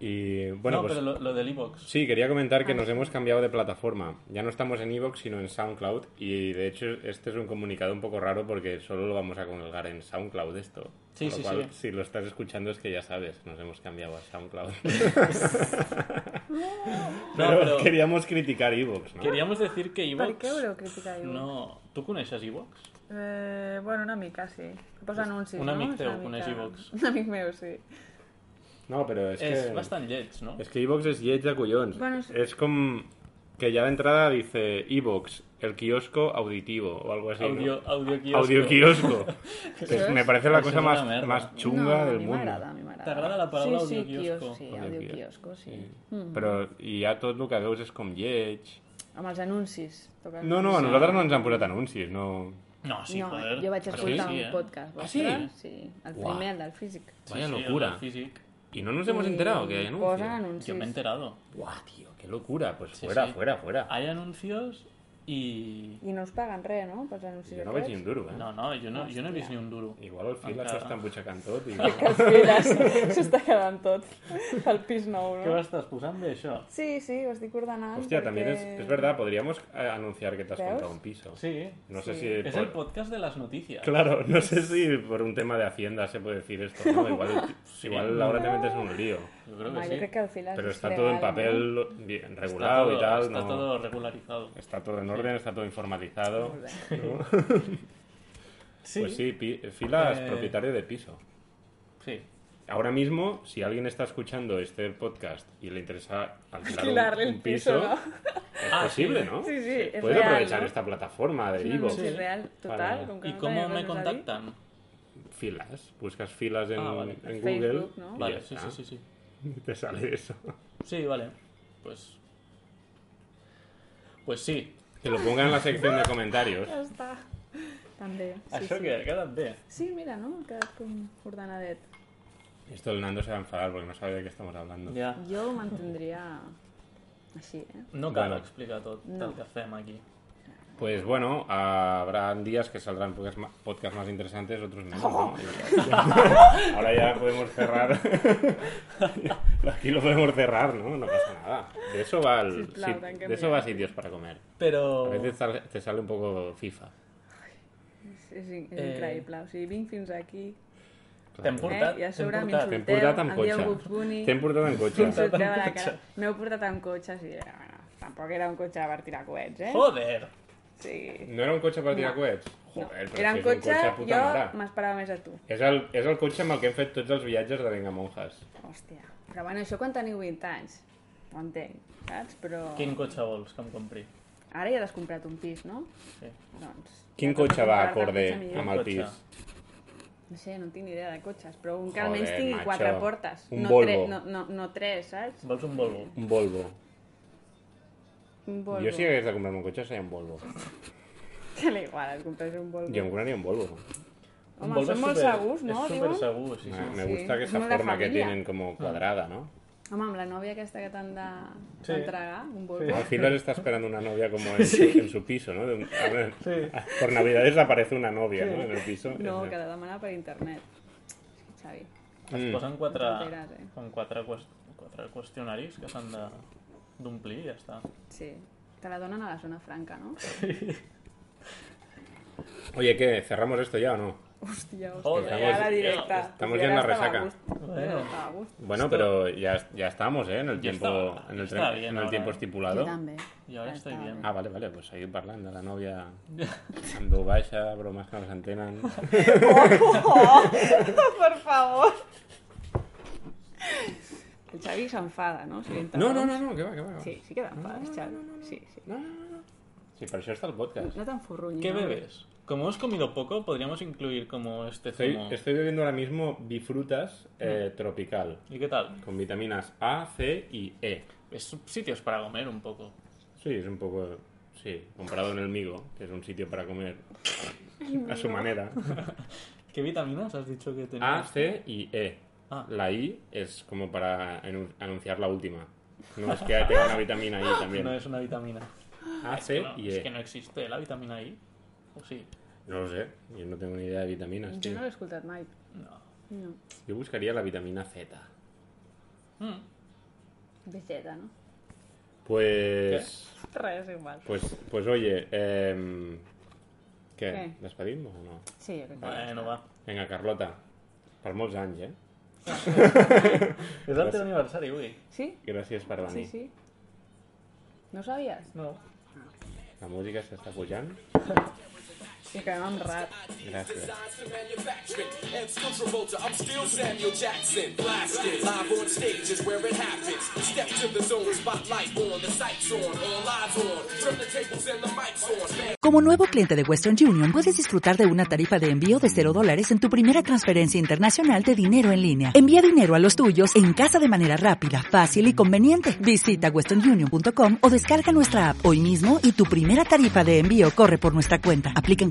Speaker 1: Y bueno,
Speaker 2: no,
Speaker 1: pues...
Speaker 2: però lo, lo de l'Evox.
Speaker 1: Sí, quería comentar que nos hemos cambiado de plataforma. Ya no estamos en Evox, sino en SoundCloud. Y de hecho, este es un comunicado un poco raro porque solo lo vamos a colgar en SoundCloud esto.
Speaker 2: Sí,
Speaker 1: Con lo
Speaker 2: sí,
Speaker 1: cual,
Speaker 2: sí.
Speaker 1: Si lo estás escuchando es que ya sabes, nos hemos cambiado a SoundCloud.
Speaker 2: No,
Speaker 1: Pero
Speaker 2: però
Speaker 1: queríamos criticar Evox, ¿no?
Speaker 2: queríamos decir que
Speaker 6: Per què
Speaker 2: Evox...
Speaker 6: voleu criticar Ivox?
Speaker 2: No, tu coneixes Evox?
Speaker 6: Eh, bueno, una mica, sí. Posa anuncis,
Speaker 2: Un
Speaker 6: no?
Speaker 2: amic
Speaker 6: És
Speaker 2: teu
Speaker 6: una
Speaker 2: coneix
Speaker 6: mica-
Speaker 3: <laughs>
Speaker 2: iVox.
Speaker 6: Un amic meu, sí.
Speaker 1: No, pero es,
Speaker 2: És, és
Speaker 1: que...
Speaker 2: bastant lleig, no?
Speaker 1: Es que Evox es lleig de collons.
Speaker 6: Bueno,
Speaker 1: es...
Speaker 6: es-
Speaker 1: como que ya de entrada dice Evox, el kiosco auditivo o algo así. ¿no?
Speaker 2: Audio, audio kiosco.
Speaker 1: Audio
Speaker 2: <laughs>
Speaker 1: kiosco. Pues me parece la
Speaker 2: Eso es
Speaker 1: cosa
Speaker 2: una
Speaker 1: más,
Speaker 2: mierda.
Speaker 1: más chunga
Speaker 3: no,
Speaker 1: del
Speaker 3: a mi
Speaker 1: mundo.
Speaker 3: m'agrada, a mi m'agrada.
Speaker 2: T'agrada la paraula
Speaker 3: sí, sí,
Speaker 2: audioquiosco?
Speaker 3: quios- Sí, audioquiosco, sí. Mm.
Speaker 1: Però i ja tot el que veus és com lleig.
Speaker 3: Amb els anuncis. Toca
Speaker 1: No, no, a nosaltres no ens han posat anuncis, no...
Speaker 2: No, Ah, sí, eh?
Speaker 3: no,
Speaker 2: joder.
Speaker 3: jo vaig escoltar un podcast
Speaker 1: Ah, sí?
Speaker 3: vostre. sí? el
Speaker 1: Uau.
Speaker 3: primer, el del físic.
Speaker 1: Vaya
Speaker 2: sí,
Speaker 1: locura.
Speaker 2: el físic.
Speaker 1: Y no nos hemos enterado que hay
Speaker 3: Posen
Speaker 1: anuncios.
Speaker 3: anuncis.
Speaker 2: Yo me he enterado.
Speaker 1: Guau, tío, qué locura. Pues
Speaker 2: Sí,
Speaker 1: fuera,
Speaker 2: sí.
Speaker 1: fuera, fuera.
Speaker 2: Hay anuncios y...
Speaker 3: I no us paguen res, no? Pels anuncis
Speaker 1: Jo no veig ni un
Speaker 3: aquests.
Speaker 1: duro, eh?
Speaker 2: No, no, yo no, yo no he visto ni un duro.
Speaker 1: Igual el fil
Speaker 2: Encara.
Speaker 1: s'està embutxacant tot
Speaker 3: <laughs>
Speaker 1: i...
Speaker 3: Els files. <laughs> S'està quedant tot. El pis nou,
Speaker 2: Què
Speaker 3: no?
Speaker 2: estàs posant bé, això?
Speaker 3: Sí, sí, ho estic ordenant.
Speaker 1: Hostia,
Speaker 3: perquè-
Speaker 1: también es, es verdad, podríamos eh, anunciar que te has
Speaker 3: ¿Veus?
Speaker 1: comprado un piso.
Speaker 2: Sí.
Speaker 1: No sé
Speaker 3: Sí.
Speaker 1: si...
Speaker 2: Es
Speaker 1: por-
Speaker 2: el podcast de las noticias.
Speaker 1: Claro, no sé si por un tema de Hacienda se puede decir esto,
Speaker 3: <laughs>
Speaker 1: ¿no? Igual, igual ahora te metes en un lío.
Speaker 2: Yo creo
Speaker 3: Home,
Speaker 2: que
Speaker 3: jo
Speaker 2: sí.
Speaker 3: crec que el fil
Speaker 1: Pero
Speaker 3: és
Speaker 1: está todo en
Speaker 3: legal, no?
Speaker 1: papel bien
Speaker 2: Está
Speaker 1: regulado
Speaker 2: todo,
Speaker 1: y tal,
Speaker 2: está
Speaker 1: no...
Speaker 2: todo regularizado.
Speaker 1: Está todo en orden, está todo informatizado. ¿no? <laughs>
Speaker 2: Sí.
Speaker 1: Pues sí, pi- Fila es
Speaker 2: Eh,
Speaker 1: propietario de piso.
Speaker 2: Sí.
Speaker 1: Ahora mismo, si alguien está escuchando este podcast y le interesa alquilar
Speaker 3: Alquilarle
Speaker 1: un- un,
Speaker 3: el piso,
Speaker 1: piso,
Speaker 3: ¿no?
Speaker 1: es
Speaker 2: Ah,
Speaker 1: posible,
Speaker 2: sí.
Speaker 1: ¿no?
Speaker 3: Sí, sí, és
Speaker 1: Puede
Speaker 3: real,
Speaker 1: Eh, aprovechar
Speaker 3: no?
Speaker 1: esta plataforma de
Speaker 3: És un
Speaker 1: Ivo.
Speaker 3: anunci real, total.
Speaker 1: Vale.
Speaker 3: Com que
Speaker 2: ¿Y
Speaker 3: no
Speaker 2: cómo
Speaker 3: tenia
Speaker 2: me
Speaker 3: res a dir.
Speaker 2: contactan?
Speaker 1: Filas. Buscas filas en,
Speaker 2: Ah, vale.
Speaker 1: en Google.
Speaker 3: Facebook, ¿no?
Speaker 1: y
Speaker 2: Vale,
Speaker 1: ya
Speaker 2: sí,
Speaker 1: está.
Speaker 2: sí, sí, sí.
Speaker 1: Te sale eso.
Speaker 2: Sí, vale. Pues... Pues sí.
Speaker 1: Que lo pongan en la sección de comentarios.
Speaker 3: Ja <laughs> està. També, sí,
Speaker 2: Això
Speaker 3: sí.
Speaker 2: que ha quedat bé.
Speaker 3: Sí, mira, no? Ha quedat com ordenadet.
Speaker 1: Esto el Nando se va a enfadar porque no sabe de qué estamos hablando.
Speaker 2: Ja.
Speaker 3: Jo
Speaker 1: Ah.
Speaker 3: ho mantindria així, eh?
Speaker 2: No cal
Speaker 1: Bueno.
Speaker 2: explicar tot
Speaker 3: No.
Speaker 2: el que fem aquí.
Speaker 1: Pues bueno, habrán días que saldrán podcast ma- podcasts más interesantes, otros menos.
Speaker 3: <laughs>
Speaker 1: ¿no? <laughs> Ahora ya podemos cerrar. Aquí lo podemos cerrar, ¿no? No pasa nada. De eso va, el-
Speaker 3: Sí, claro, tan que
Speaker 1: de eso
Speaker 3: mira.
Speaker 1: va sitios para comer. A
Speaker 2: Però...
Speaker 1: veces sal- te sale un poco FIFA.
Speaker 3: És, és, in- és
Speaker 2: Eh.
Speaker 3: increïble. O sigui, vinc fins aquí,
Speaker 2: T'hem portat,
Speaker 3: eh? I a
Speaker 2: t'hem
Speaker 3: sobre
Speaker 2: portat.
Speaker 1: T'hem portat
Speaker 3: m'insulteu,
Speaker 1: amb
Speaker 3: em dieu Bugs
Speaker 1: cotxe.
Speaker 3: Bunny,
Speaker 1: T'hem portat amb cotxe.
Speaker 3: m'insulteu a la cara. M'heu portat amb cotxe, sí, eh, bueno, tampoc era un cotxe per tirar coets, eh?
Speaker 2: Joder!
Speaker 3: Sí.
Speaker 1: ¿No era un cotxe per tirar
Speaker 3: No.
Speaker 1: coets?
Speaker 3: No.
Speaker 1: Joder, però
Speaker 3: Era
Speaker 1: si és
Speaker 3: un
Speaker 1: un
Speaker 3: cotxe,
Speaker 1: cotxe a puta
Speaker 3: jo
Speaker 1: mare.
Speaker 3: m'esperava més a tu.
Speaker 1: És el, és el cotxe amb el que hem fet tots els viatges de Venga Monjas.
Speaker 3: Hòstia. Però bueno, això quan teniu 20 anys. ho entenc, saps? Però
Speaker 2: Quin cotxe vols que em compri?
Speaker 3: ara ja t'has comprat un pis, no?
Speaker 2: Sí.
Speaker 3: Doncs...
Speaker 1: Quin
Speaker 3: ja te'n
Speaker 1: cotxe
Speaker 3: pots
Speaker 1: va
Speaker 3: comprar-te un
Speaker 1: acorde
Speaker 3: cotxe millor.
Speaker 1: amb el
Speaker 2: Cotxe.
Speaker 1: pis?
Speaker 3: No sé, no tinc ni idea de cotxes, però un que almenys
Speaker 1: Joder,
Speaker 3: tingui
Speaker 1: macho.
Speaker 3: quatre portes.
Speaker 1: Un
Speaker 3: no
Speaker 1: Volvo.
Speaker 3: tre- no, no, no tres, saps?
Speaker 2: Vols un Volvo?
Speaker 1: Un Volvo.
Speaker 3: Un Volvo.
Speaker 1: Yo si hagués de comprar un cotxe seria un Volvo.
Speaker 3: <laughs> Que l'he igual, et compres un Volvo.
Speaker 1: Yo em compraria un Volvo.
Speaker 3: Home,
Speaker 2: Volvo
Speaker 3: són
Speaker 2: és
Speaker 3: molt
Speaker 2: super-
Speaker 3: segurs, no,
Speaker 2: És
Speaker 3: diuen?
Speaker 2: super segur, sí, sí.
Speaker 1: Me, me
Speaker 3: sí.
Speaker 1: gusta que
Speaker 3: Es
Speaker 1: esa
Speaker 3: una
Speaker 1: forma que
Speaker 3: familia.
Speaker 1: tienen
Speaker 2: Ah.
Speaker 1: como cuadrada, ¿no?
Speaker 3: Home, amb la nòvia aquesta que t'han de...
Speaker 2: Sí.
Speaker 3: d'entregar, un Volvo.
Speaker 1: Al final está esperando una novia como
Speaker 2: <laughs>
Speaker 1: en, en su piso, ¿no? De un- a ver,
Speaker 2: Sí.
Speaker 1: Por Navidades aparece una novia, ¿no? En el piso.
Speaker 3: <laughs> No,
Speaker 1: Es-
Speaker 3: que la demana per internet. Xavi.
Speaker 1: Mm.
Speaker 2: Posen quatre,
Speaker 3: Tonteres, eh?
Speaker 2: com quatre, qües- quatre qüestionaris que s'han de d'omplir i ja està.
Speaker 3: Sí. Te la donen a la zona franca, no?
Speaker 1: Oye, ¿qué? ¿Cerramos esto ya o no?
Speaker 3: Hòstia, hòstia.
Speaker 2: Joder,
Speaker 3: ja la directa.
Speaker 1: estamos
Speaker 3: Pues ja
Speaker 1: en la
Speaker 3: estava a
Speaker 1: resaca.
Speaker 3: gust.
Speaker 2: Bueno.
Speaker 3: Ja estava a gust.
Speaker 1: Bueno,
Speaker 2: Esto-
Speaker 1: pero ya, ya estamos, ¿eh? En el
Speaker 2: Ya
Speaker 1: tiempo,
Speaker 2: está-
Speaker 1: en el,
Speaker 2: está
Speaker 1: tre-
Speaker 2: bien
Speaker 1: en el
Speaker 2: ahora,
Speaker 1: tiempo
Speaker 2: ¿eh?
Speaker 1: estipulado.
Speaker 3: Jo també.
Speaker 2: I ara
Speaker 3: Ja
Speaker 2: estic
Speaker 3: està, <laughs>
Speaker 2: bien.
Speaker 1: Ah, vale, vale, pues seguir parlant de la novia amb veu baixa, bromes que no s'entenen...
Speaker 2: <laughs>
Speaker 3: Per favor. El Xavi s'enfada, no? Si
Speaker 1: No, no, no, no, que va, que va. que va.
Speaker 3: Sí, sí que t'enfades, Xavi. Sí, sí.
Speaker 1: No, no, no, no. Sí, per això està el podcast.
Speaker 3: No t'enforrunyi.
Speaker 2: ¿Qué
Speaker 3: no?
Speaker 2: bebes? Como hemos comido poco, podríamos incluir como este
Speaker 1: Estoy,
Speaker 2: zumo.
Speaker 1: estoy bebiendo ahora mismo bifrutas eh, tropical,
Speaker 2: ¿Y qué tal?
Speaker 1: con vitaminas A, C y E.
Speaker 2: Es sitios para comer un poco.
Speaker 1: Sí, es un poco... Sí, comparado en el Migo, que es un sitio para comer a su
Speaker 2: <laughs>
Speaker 1: manera.
Speaker 2: ¿Qué vitaminas has dicho que
Speaker 1: A,
Speaker 2: tenías?
Speaker 1: C y E.
Speaker 2: Ah.
Speaker 1: La I es como para enu- anunciar la última. No es que tenga una vitamina
Speaker 2: <laughs>
Speaker 1: I también.
Speaker 2: No es una vitamina.
Speaker 1: A, C
Speaker 2: No,
Speaker 1: y
Speaker 2: es que
Speaker 1: E.
Speaker 2: no existe la vitamina I. ¿O sí?
Speaker 1: No lo sé, yo no tengo ni idea de vitaminas,
Speaker 3: Jo
Speaker 1: tío.
Speaker 3: no l'he escoltat mai.
Speaker 2: No.
Speaker 3: No.
Speaker 1: Yo buscaría la vitamina Z.
Speaker 2: Mm.
Speaker 3: Vegeta, no?
Speaker 1: Pues...
Speaker 3: Res, igual.
Speaker 1: Pues, pues oye, eh, ¿qué?
Speaker 3: ¿Qué?
Speaker 1: ¿Despedimos o no?
Speaker 3: Sí, jo
Speaker 1: Ah,
Speaker 3: crec que ja
Speaker 2: Bueno,
Speaker 3: està.
Speaker 2: va.
Speaker 1: Vinga, Carlota, per molts anys, eh?
Speaker 2: Es el teu aniversari, avui.
Speaker 3: Sí?
Speaker 1: Gràcies per venir.
Speaker 3: Sí, sí. No ho sabies?
Speaker 2: No.
Speaker 1: La música s'està pujant.
Speaker 3: Sí, acabem amb rap.
Speaker 1: Gràcies.
Speaker 7: manufacturing. Ed's Travolta, I'm still Samuel Jackson. Blasted live on stage is where it happens. Step to the zone, spotlight on, the sights on, all eyes on. Turn the tables and the mics on.
Speaker 8: Como nuevo cliente de Western Union, puedes disfrutar de una tarifa de envío de 0 dólares en tu primera transferencia internacional de dinero en línea. Envía dinero a los tuyos en casa de manera rápida, fácil y conveniente. Visita westernunion.com o descarga nuestra app hoy mismo y tu primera tarifa de envío corre por nuestra cuenta. Aplican